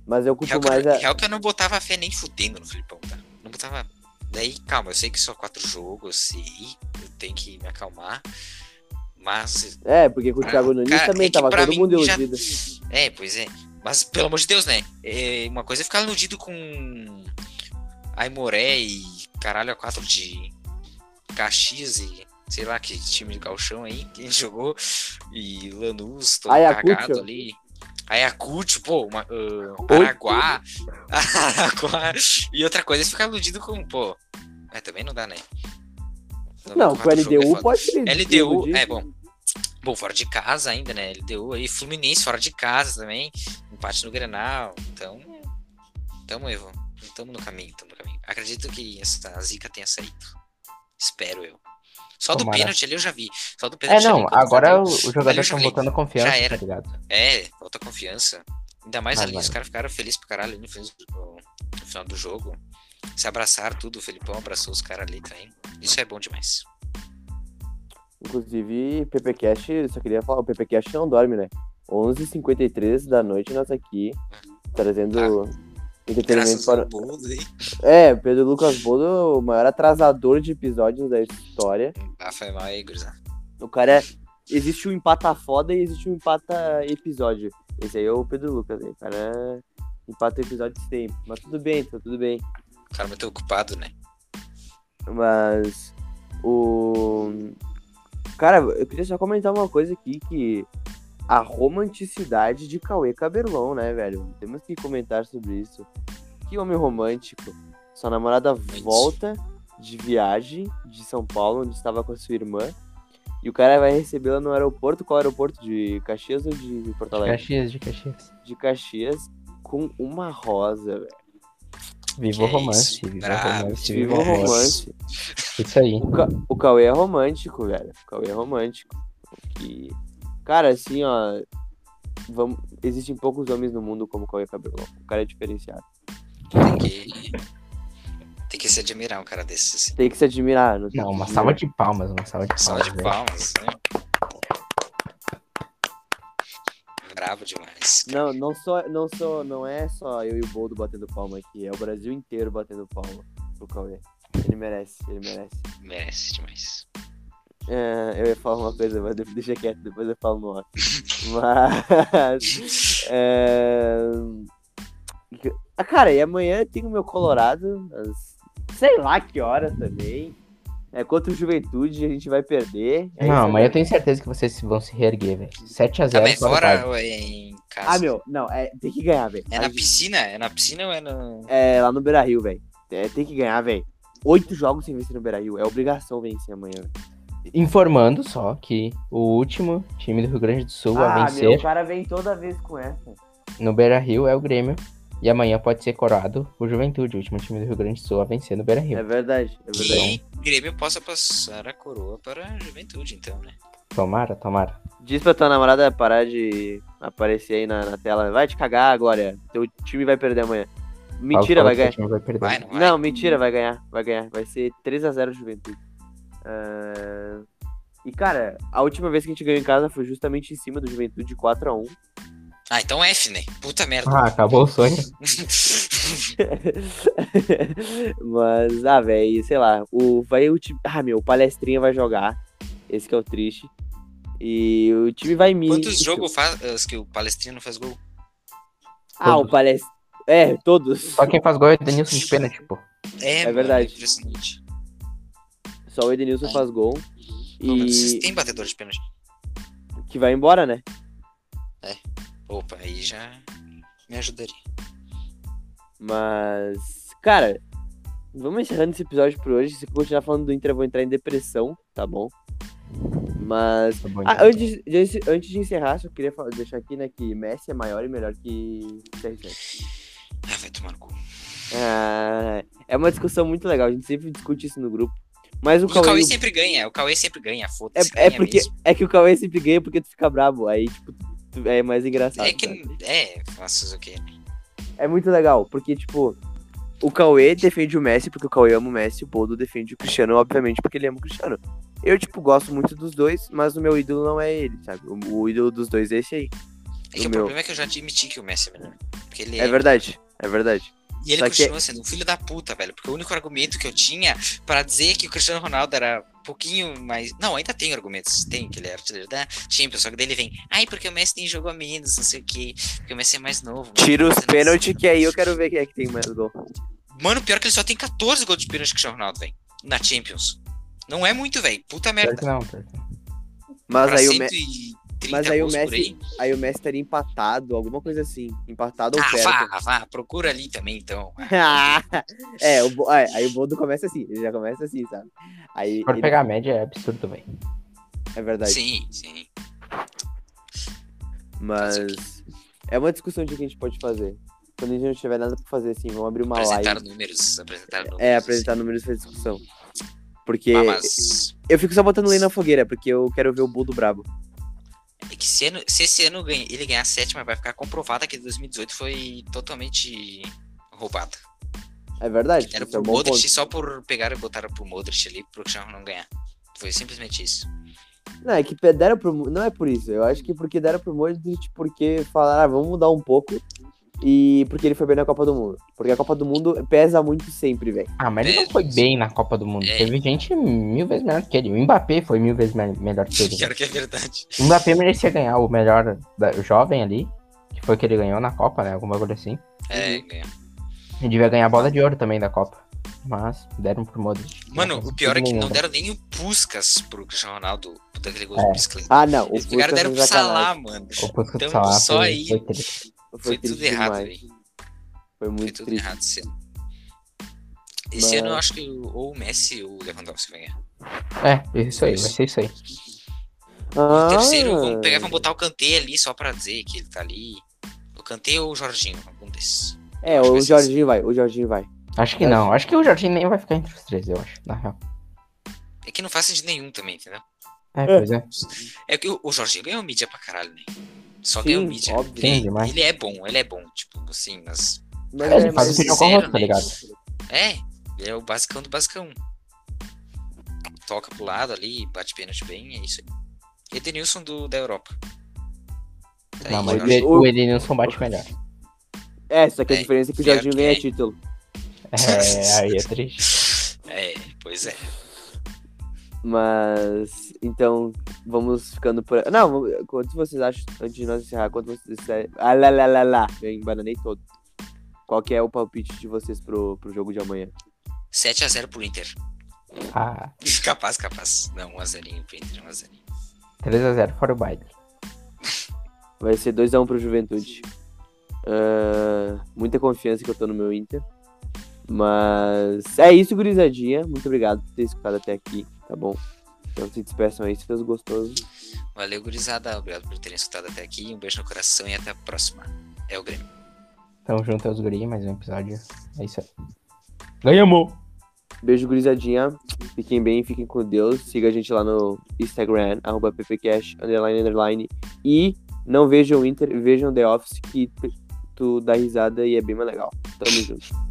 [SPEAKER 1] Mas eu culpo
[SPEAKER 2] Real que, eu-
[SPEAKER 1] mais é. a...
[SPEAKER 2] real que eu não botava fé nem fudendo no Filipão, tá? Não botava. Daí, calma, eu sei que só quatro jogos e eu tenho que me acalmar. Mas.
[SPEAKER 1] É, porque com o Thiago Nunes
[SPEAKER 2] Cara,
[SPEAKER 1] também
[SPEAKER 2] é que
[SPEAKER 1] tava
[SPEAKER 2] pra
[SPEAKER 1] todo
[SPEAKER 2] mim
[SPEAKER 1] mundo
[SPEAKER 2] já-
[SPEAKER 1] iludido.
[SPEAKER 2] É, pois é. Mas, pelo amor de Deus, né? É, uma coisa é ficar iludido com. Aimoré e caralho, a quatro de Caxias e sei lá que time de galchão aí que ele jogou. E Lanús, todo
[SPEAKER 1] Ayacucho.
[SPEAKER 2] cagado ali. Ayacucho, pô, uma, ah, Araguá. Araguá. E outra coisa é ficar iludido com, pô. É, também não dá, né?
[SPEAKER 1] Não, com o
[SPEAKER 2] quatro jogo é
[SPEAKER 1] LDU
[SPEAKER 2] foda.
[SPEAKER 1] pode tipo, ser.
[SPEAKER 2] LDU, é bom. Bom, fora de casa ainda, né? LDU aí, Fluminense fora de casa também. Empate no Grenal. Então. Tamo, Evo. Tamo no caminho, tamo no caminho. Acredito que essa zica tenha saído. Espero eu. Só
[SPEAKER 3] Tomara.
[SPEAKER 2] do pênalti ali eu já vi. um Só do
[SPEAKER 3] É,
[SPEAKER 2] pênalti ali,
[SPEAKER 3] não,
[SPEAKER 2] quando
[SPEAKER 3] agora
[SPEAKER 2] faltou-
[SPEAKER 3] os
[SPEAKER 2] Ali eu
[SPEAKER 3] jogadores
[SPEAKER 2] já
[SPEAKER 3] estão
[SPEAKER 2] falei,
[SPEAKER 3] botando confiança,
[SPEAKER 2] já era.
[SPEAKER 3] tá ligado?
[SPEAKER 2] É, falta confiança. Ainda mais
[SPEAKER 3] Vai,
[SPEAKER 2] ali,
[SPEAKER 3] vai.
[SPEAKER 2] os caras ficaram felizes pra caralho ali no, fin- no- no final do jogo. Se abraçaram tudo, o Felipão abraçou os caras ali também. Isso é bom demais.
[SPEAKER 1] Inclusive, PPCast, só queria falar, o PPCast não dorme, né? 11h53 da noite, nós aqui, trazendo Entretenimento
[SPEAKER 2] Tá. Graças ao
[SPEAKER 1] para...
[SPEAKER 2] Boldo aí.
[SPEAKER 1] É, Pedro Lucas Bodo, o maior atrasador de episódios da história.
[SPEAKER 2] Ah, foi mal aí, gurizada.
[SPEAKER 1] O cara. Existe um empata foda e existe um empata episódio. Esse aí é o Pedro Lucas, hein? O cara empata episódio sempre. Mas tudo bem, tá tudo bem.
[SPEAKER 2] O cara muito ocupado, né?
[SPEAKER 1] Mas o. Cara, eu queria só comentar uma coisa aqui que. A romanticidade de Cauê Caberlon, né, velho? Temos que comentar sobre isso. Que homem romântico. Sua namorada volta de viagem de São Paulo, onde estava com a sua irmã. E o cara vai recebê-la no aeroporto. Qual aeroporto? De Caxias ou de Porto Alegre?
[SPEAKER 3] Caxias de Caxias.
[SPEAKER 1] De Caxias. Com uma rosa, velho.
[SPEAKER 3] Viva
[SPEAKER 2] Que
[SPEAKER 3] o romance.
[SPEAKER 2] É isso,
[SPEAKER 3] Viva o
[SPEAKER 2] brabo.
[SPEAKER 3] romance.
[SPEAKER 1] Viva
[SPEAKER 3] Viva o
[SPEAKER 1] o
[SPEAKER 2] Nossa.
[SPEAKER 3] romance.
[SPEAKER 1] romance.
[SPEAKER 3] Isso aí.
[SPEAKER 1] O, Ca... o Cauê é romântico, velho. O Cauê é romântico. E, cara, assim, ó. Vamos... Existem poucos homens no mundo como o Cauê Cabelão. O cara é diferenciado.
[SPEAKER 2] Tem que. Tem que se admirar um cara desses. assim.
[SPEAKER 1] Tem que se admirar. Não, tem
[SPEAKER 3] Não,
[SPEAKER 1] que
[SPEAKER 3] uma
[SPEAKER 1] se
[SPEAKER 3] salva
[SPEAKER 1] admirar.
[SPEAKER 3] de palmas, uma salva de palmas.
[SPEAKER 2] Salva de
[SPEAKER 3] velho.
[SPEAKER 2] palmas, né? Bravo demais.
[SPEAKER 1] Não, não, só, não, só, não é só eu e o Boldo batendo palma aqui. É o Brasil inteiro batendo palma pro Cauê. Ele merece, ele merece.
[SPEAKER 2] Merece demais.
[SPEAKER 1] É, eu ia falar uma coisa, mas depois- deixa quieto, depois eu falo no off. Mas. é, ah, Cara, e amanhã tem o meu Colorado, às sei lá que horas também. É contra o Juventude, a gente vai perder. É isso
[SPEAKER 3] não,
[SPEAKER 1] aí.
[SPEAKER 3] mas eu tenho certeza que vocês vão se reerguer, velho. 7x0.
[SPEAKER 2] Tá bem fora ou é em casa?
[SPEAKER 1] Ah, meu, não, é, tem que ganhar, velho.
[SPEAKER 2] É
[SPEAKER 1] A
[SPEAKER 2] na
[SPEAKER 1] gente-
[SPEAKER 2] piscina? É na piscina ou é no.
[SPEAKER 1] É lá no Beira Rio, velho. É, tem que ganhar, velho. Oito jogos sem vencer no Beira Rio. É obrigação vencer amanhã. velho.
[SPEAKER 3] Informando só que o último time do Rio Grande do Sul
[SPEAKER 1] Ah,
[SPEAKER 3] a vencer
[SPEAKER 1] cara vem toda vez com essa.
[SPEAKER 3] no Beira Rio é o Grêmio. E amanhã pode ser Corado o Juventude, o último time do Rio Grande do Sul a vencer no Beira Rio.
[SPEAKER 1] É verdade, é verdade.
[SPEAKER 2] Que Grêmio possa passar a coroa para a juventude, então, né?
[SPEAKER 3] Tomara, tomara.
[SPEAKER 1] Diz pra tua namorada parar de aparecer aí na, na tela. Vai te cagar, Glória. Teu time vai perder amanhã. Mentira, vai
[SPEAKER 3] Fala que o
[SPEAKER 1] ganhar.
[SPEAKER 3] time Vai perder.
[SPEAKER 2] Vai, não vai?
[SPEAKER 1] Não, mentira, vai ganhar. Vai ganhar. Vai ser 3x0 Juventude. Ah, E, cara, a última vez que a gente ganhou em casa foi justamente em cima do Juventude 4x1.
[SPEAKER 2] Ah, então F, né? Puta merda.
[SPEAKER 3] Ah, acabou o sonho.
[SPEAKER 1] Mas, ah, velho, sei lá. O, vai o time. Ah, meu, o palestrinha vai jogar. Esse que é o triste. E o time vai me.
[SPEAKER 2] Quantos jogos faz que o Palestrino faz gol?
[SPEAKER 1] Ah, o palestrinha. É, todos.
[SPEAKER 3] Só quem faz gol é o Denilson de pênalti, pô. Tá
[SPEAKER 2] É, mano,
[SPEAKER 1] verdade.
[SPEAKER 2] impressionante.
[SPEAKER 1] Só o Edenilson
[SPEAKER 2] Ai.
[SPEAKER 1] faz gol.
[SPEAKER 2] Não, mas vocês
[SPEAKER 1] E
[SPEAKER 2] têm batedor de pênalti.
[SPEAKER 1] que vai embora, né?
[SPEAKER 2] Opa, aí já me ajudaria.
[SPEAKER 1] Mas, cara, vamos encerrando esse episódio por hoje. Se eu continuar falando do Inter, eu vou entrar em depressão, tá bom? Mas.
[SPEAKER 3] Tá bom,
[SPEAKER 1] Ah,
[SPEAKER 3] então.
[SPEAKER 1] antes, de- antes de encerrar, só queria fa- deixar aqui, né, que Messi é maior e melhor que CR7.
[SPEAKER 2] Ah, vai tomar no cu.
[SPEAKER 1] Ah, é uma discussão muito legal, a gente sempre discute isso no grupo. Mas o
[SPEAKER 2] O Cauê
[SPEAKER 1] Cauê.
[SPEAKER 2] sempre ganha, o Cauê sempre ganha, foda-se.
[SPEAKER 1] É, é,
[SPEAKER 2] ganha
[SPEAKER 1] porque,
[SPEAKER 2] mesmo.
[SPEAKER 1] é que o Cauê sempre ganha porque tu fica brabo. Aí, tipo, tu- é mais engraçado.
[SPEAKER 2] É que.
[SPEAKER 1] sabe?
[SPEAKER 2] É, faças o quê?
[SPEAKER 1] é muito legal, porque, tipo, o Cauê defende o Messi porque o Cauê ama o Messi, o Boldo defende o Cristiano, obviamente, porque ele ama o Cristiano. Eu, tipo, gosto muito dos dois, mas o meu ídolo não é ele, sabe? O, o ídolo dos dois é esse aí.
[SPEAKER 2] É que
[SPEAKER 1] O
[SPEAKER 2] o
[SPEAKER 1] meu.
[SPEAKER 2] problema é que eu já admiti que o Messi é melhor. Porque ele é.
[SPEAKER 1] É verdade, é verdade.
[SPEAKER 2] E ele
[SPEAKER 1] só que-
[SPEAKER 2] continua sendo um filho da puta, velho. Porque o único argumento que eu tinha pra dizer que o Cristiano Ronaldo era pouquinho mais. Não, ainda tem argumentos. Tem que ele é artilheiro da Champions. Só que daí ele vem. Ai, porque o Messi tem jogo a menos, não sei o quê. Porque o Messi é mais novo.
[SPEAKER 1] Tira os
[SPEAKER 2] Você não-
[SPEAKER 1] pênaltis, que aí eu quero ver quem é que tem mais gol.
[SPEAKER 2] Mano, pior que ele só tem 14 gols de pênalti que o Cristiano Ronaldo, velho. Na Champions. Não é muito, velho. Puta
[SPEAKER 3] Pior que
[SPEAKER 2] merda.
[SPEAKER 3] não, pior que não.
[SPEAKER 1] Mas
[SPEAKER 2] Pra
[SPEAKER 1] aí o, Me-
[SPEAKER 2] 130
[SPEAKER 1] mas aí o
[SPEAKER 2] gols por aí.
[SPEAKER 1] Messi, aí o Messi estaria empatado, alguma coisa assim. Empatado ou
[SPEAKER 2] Ah,
[SPEAKER 1] perto.
[SPEAKER 2] vá, vá, procura ali também, então.
[SPEAKER 1] é, o Bo- é, aí o Boldo começa assim, ele já começa assim, sabe? Aí,
[SPEAKER 3] Se for
[SPEAKER 1] ele-
[SPEAKER 3] pegar a média é absurdo, velho.
[SPEAKER 1] é verdade.
[SPEAKER 2] Sim, sim.
[SPEAKER 1] Mas é uma discussão de que a gente pode fazer. Quando a gente não tiver nada pra fazer, assim, vamos abrir uma
[SPEAKER 2] apresentar
[SPEAKER 1] live.
[SPEAKER 2] números, apresentar números.
[SPEAKER 1] É, apresentar números pra discussão. Porque
[SPEAKER 2] assim. Ah, mas
[SPEAKER 1] eu fico só botando lenha na fogueira, porque eu quero ver o Budo brabo.
[SPEAKER 2] é que se, ano- se esse ano ganha- ele ganhar a sétima, vai ficar comprovada que 2018 foi totalmente roubada.
[SPEAKER 1] É verdade,
[SPEAKER 2] Era
[SPEAKER 1] isso é
[SPEAKER 2] pro
[SPEAKER 1] um bom ponto.
[SPEAKER 2] Modric só por pegar e botar pro Modric ali pro Cristiano não ganhar. Foi simplesmente isso.
[SPEAKER 1] Não, é que pe- deram pro... Mo- Não é por isso, eu acho que porque deram pro Modric, porque falaram, ah, vamos mudar um pouco. E porque ele foi bem na Copa do Mundo. Porque a Copa do Mundo pesa muito sempre, velho.
[SPEAKER 3] Ah, mas ele não
[SPEAKER 2] É.
[SPEAKER 3] foi bem na Copa do Mundo.
[SPEAKER 2] É.
[SPEAKER 3] Teve gente mil vezes melhor que ele. O Mbappé foi mil vezes me- melhor que ele.
[SPEAKER 2] Quero que é verdade.
[SPEAKER 3] O Mbappé merecia ganhar o melhor da- o jovem ali, que foi o que ele ganhou na Copa, né? Alguma coisa assim.
[SPEAKER 2] É,
[SPEAKER 1] Uhum.
[SPEAKER 2] ganha.
[SPEAKER 3] Ele devia ganhar a bola de ouro também da Copa. Mas deram pro Modric.
[SPEAKER 2] Mano, o pior é que não deram
[SPEAKER 3] deram.
[SPEAKER 2] nem o Puskas pro Cristiano Ronaldo, daquele gol
[SPEAKER 3] É.
[SPEAKER 2] do bicicleta.
[SPEAKER 1] Ah, não. O
[SPEAKER 2] Eles pegaram e
[SPEAKER 1] Fusca
[SPEAKER 2] deram
[SPEAKER 1] foi
[SPEAKER 2] pro Salah,
[SPEAKER 1] sacanagem.
[SPEAKER 2] mano.
[SPEAKER 3] O Puskas
[SPEAKER 2] Então,
[SPEAKER 3] Salah
[SPEAKER 2] só
[SPEAKER 1] né,
[SPEAKER 3] foi-
[SPEAKER 2] aí-
[SPEAKER 3] foi triste.
[SPEAKER 2] Foi tudo
[SPEAKER 1] triste
[SPEAKER 2] errado,
[SPEAKER 1] demais.
[SPEAKER 2] velho.
[SPEAKER 1] Foi
[SPEAKER 2] Foi
[SPEAKER 1] muito
[SPEAKER 2] tudo tá
[SPEAKER 1] triste.
[SPEAKER 2] errado esse ano. Esse
[SPEAKER 1] Mas-
[SPEAKER 2] ano eu acho que ou o Messi ou o Lewandowski vai ganhar.
[SPEAKER 3] É, isso aí, vai ser isso aí.
[SPEAKER 2] O
[SPEAKER 1] Ah,
[SPEAKER 2] terceiro, vamos pegar e vamos botar o Kanté ali só pra dizer que ele tá ali. O Kanté ou o Jorginho, algum desses.
[SPEAKER 1] É,
[SPEAKER 2] acho que
[SPEAKER 1] o
[SPEAKER 2] vai ser
[SPEAKER 1] Jorginho vai. O Jorginho vai.
[SPEAKER 3] Acho que não. Acho que o Jorginho nem vai ficar entre os três, eu acho, na real.
[SPEAKER 2] É que não faça de nenhum também, entendeu?
[SPEAKER 3] É,
[SPEAKER 1] É.
[SPEAKER 3] pois é.
[SPEAKER 2] É que o o Jorginho ganhou mídia pra caralho, né? Só
[SPEAKER 1] Sim,
[SPEAKER 2] ganhou mídia.
[SPEAKER 1] óbvio.
[SPEAKER 3] Sim, demais.
[SPEAKER 2] Ele é bom, ele é bom, tipo, assim, mas.
[SPEAKER 1] Mas
[SPEAKER 3] É, ele
[SPEAKER 1] é,
[SPEAKER 3] faz
[SPEAKER 1] mas-
[SPEAKER 3] o feijão com
[SPEAKER 2] zero,
[SPEAKER 3] arroz,
[SPEAKER 2] né?
[SPEAKER 3] tá ligado?
[SPEAKER 2] É, ele é o basicão do basicão. Toca pro lado ali, bate pênalti bem, é isso aí. Edenilson do, da Europa. Tá
[SPEAKER 3] Não,
[SPEAKER 2] aí,
[SPEAKER 3] mas
[SPEAKER 2] Jorge.
[SPEAKER 1] Jorginho.
[SPEAKER 3] o Edenilson bate melhor.
[SPEAKER 1] É, só que a
[SPEAKER 2] É,
[SPEAKER 1] diferença é que o
[SPEAKER 2] pior
[SPEAKER 1] Jorginho
[SPEAKER 2] que
[SPEAKER 1] ganha
[SPEAKER 2] é.
[SPEAKER 1] título.
[SPEAKER 3] É, aí é triste.
[SPEAKER 2] É, pois é.
[SPEAKER 1] Mas, então, vamos ficando por... Não, vamos- quanto vocês acham, antes de nós encerrar, quanto vocês... Ah, lá, lá, lá, lá. Eu embananei todo. Qual que é o palpite de vocês pro, pro jogo de amanhã?
[SPEAKER 2] 7x0 pro Inter.
[SPEAKER 3] Ah,
[SPEAKER 2] Capaz, capaz. Não, 1x0 pro Inter, 1x0.
[SPEAKER 3] 3x0 fora o baile.
[SPEAKER 1] Vai ser 2x1 pro Juventude. Ah, muita confiança que eu tô no meu Inter. Mas é isso, gurizadinha. Muito obrigado por ter escutado até aqui, tá bom? Então se despeçam aí, se fez gostoso.
[SPEAKER 2] Valeu, gurizada. Obrigado por terem escutado até aqui. Um beijo no coração e até a próxima. É o Grêmio.
[SPEAKER 3] Tamo junto aos guri, mais um episódio. É isso aí. Ganhamos!
[SPEAKER 1] Beijo, gurizadinha. Fiquem bem, fiquem com Deus. Siga a gente lá no Instagram, arroba ppcash, underline, underline. E não vejam o Inter, vejam The Office, que tu dá risada e é bem mais legal. Tamo junto.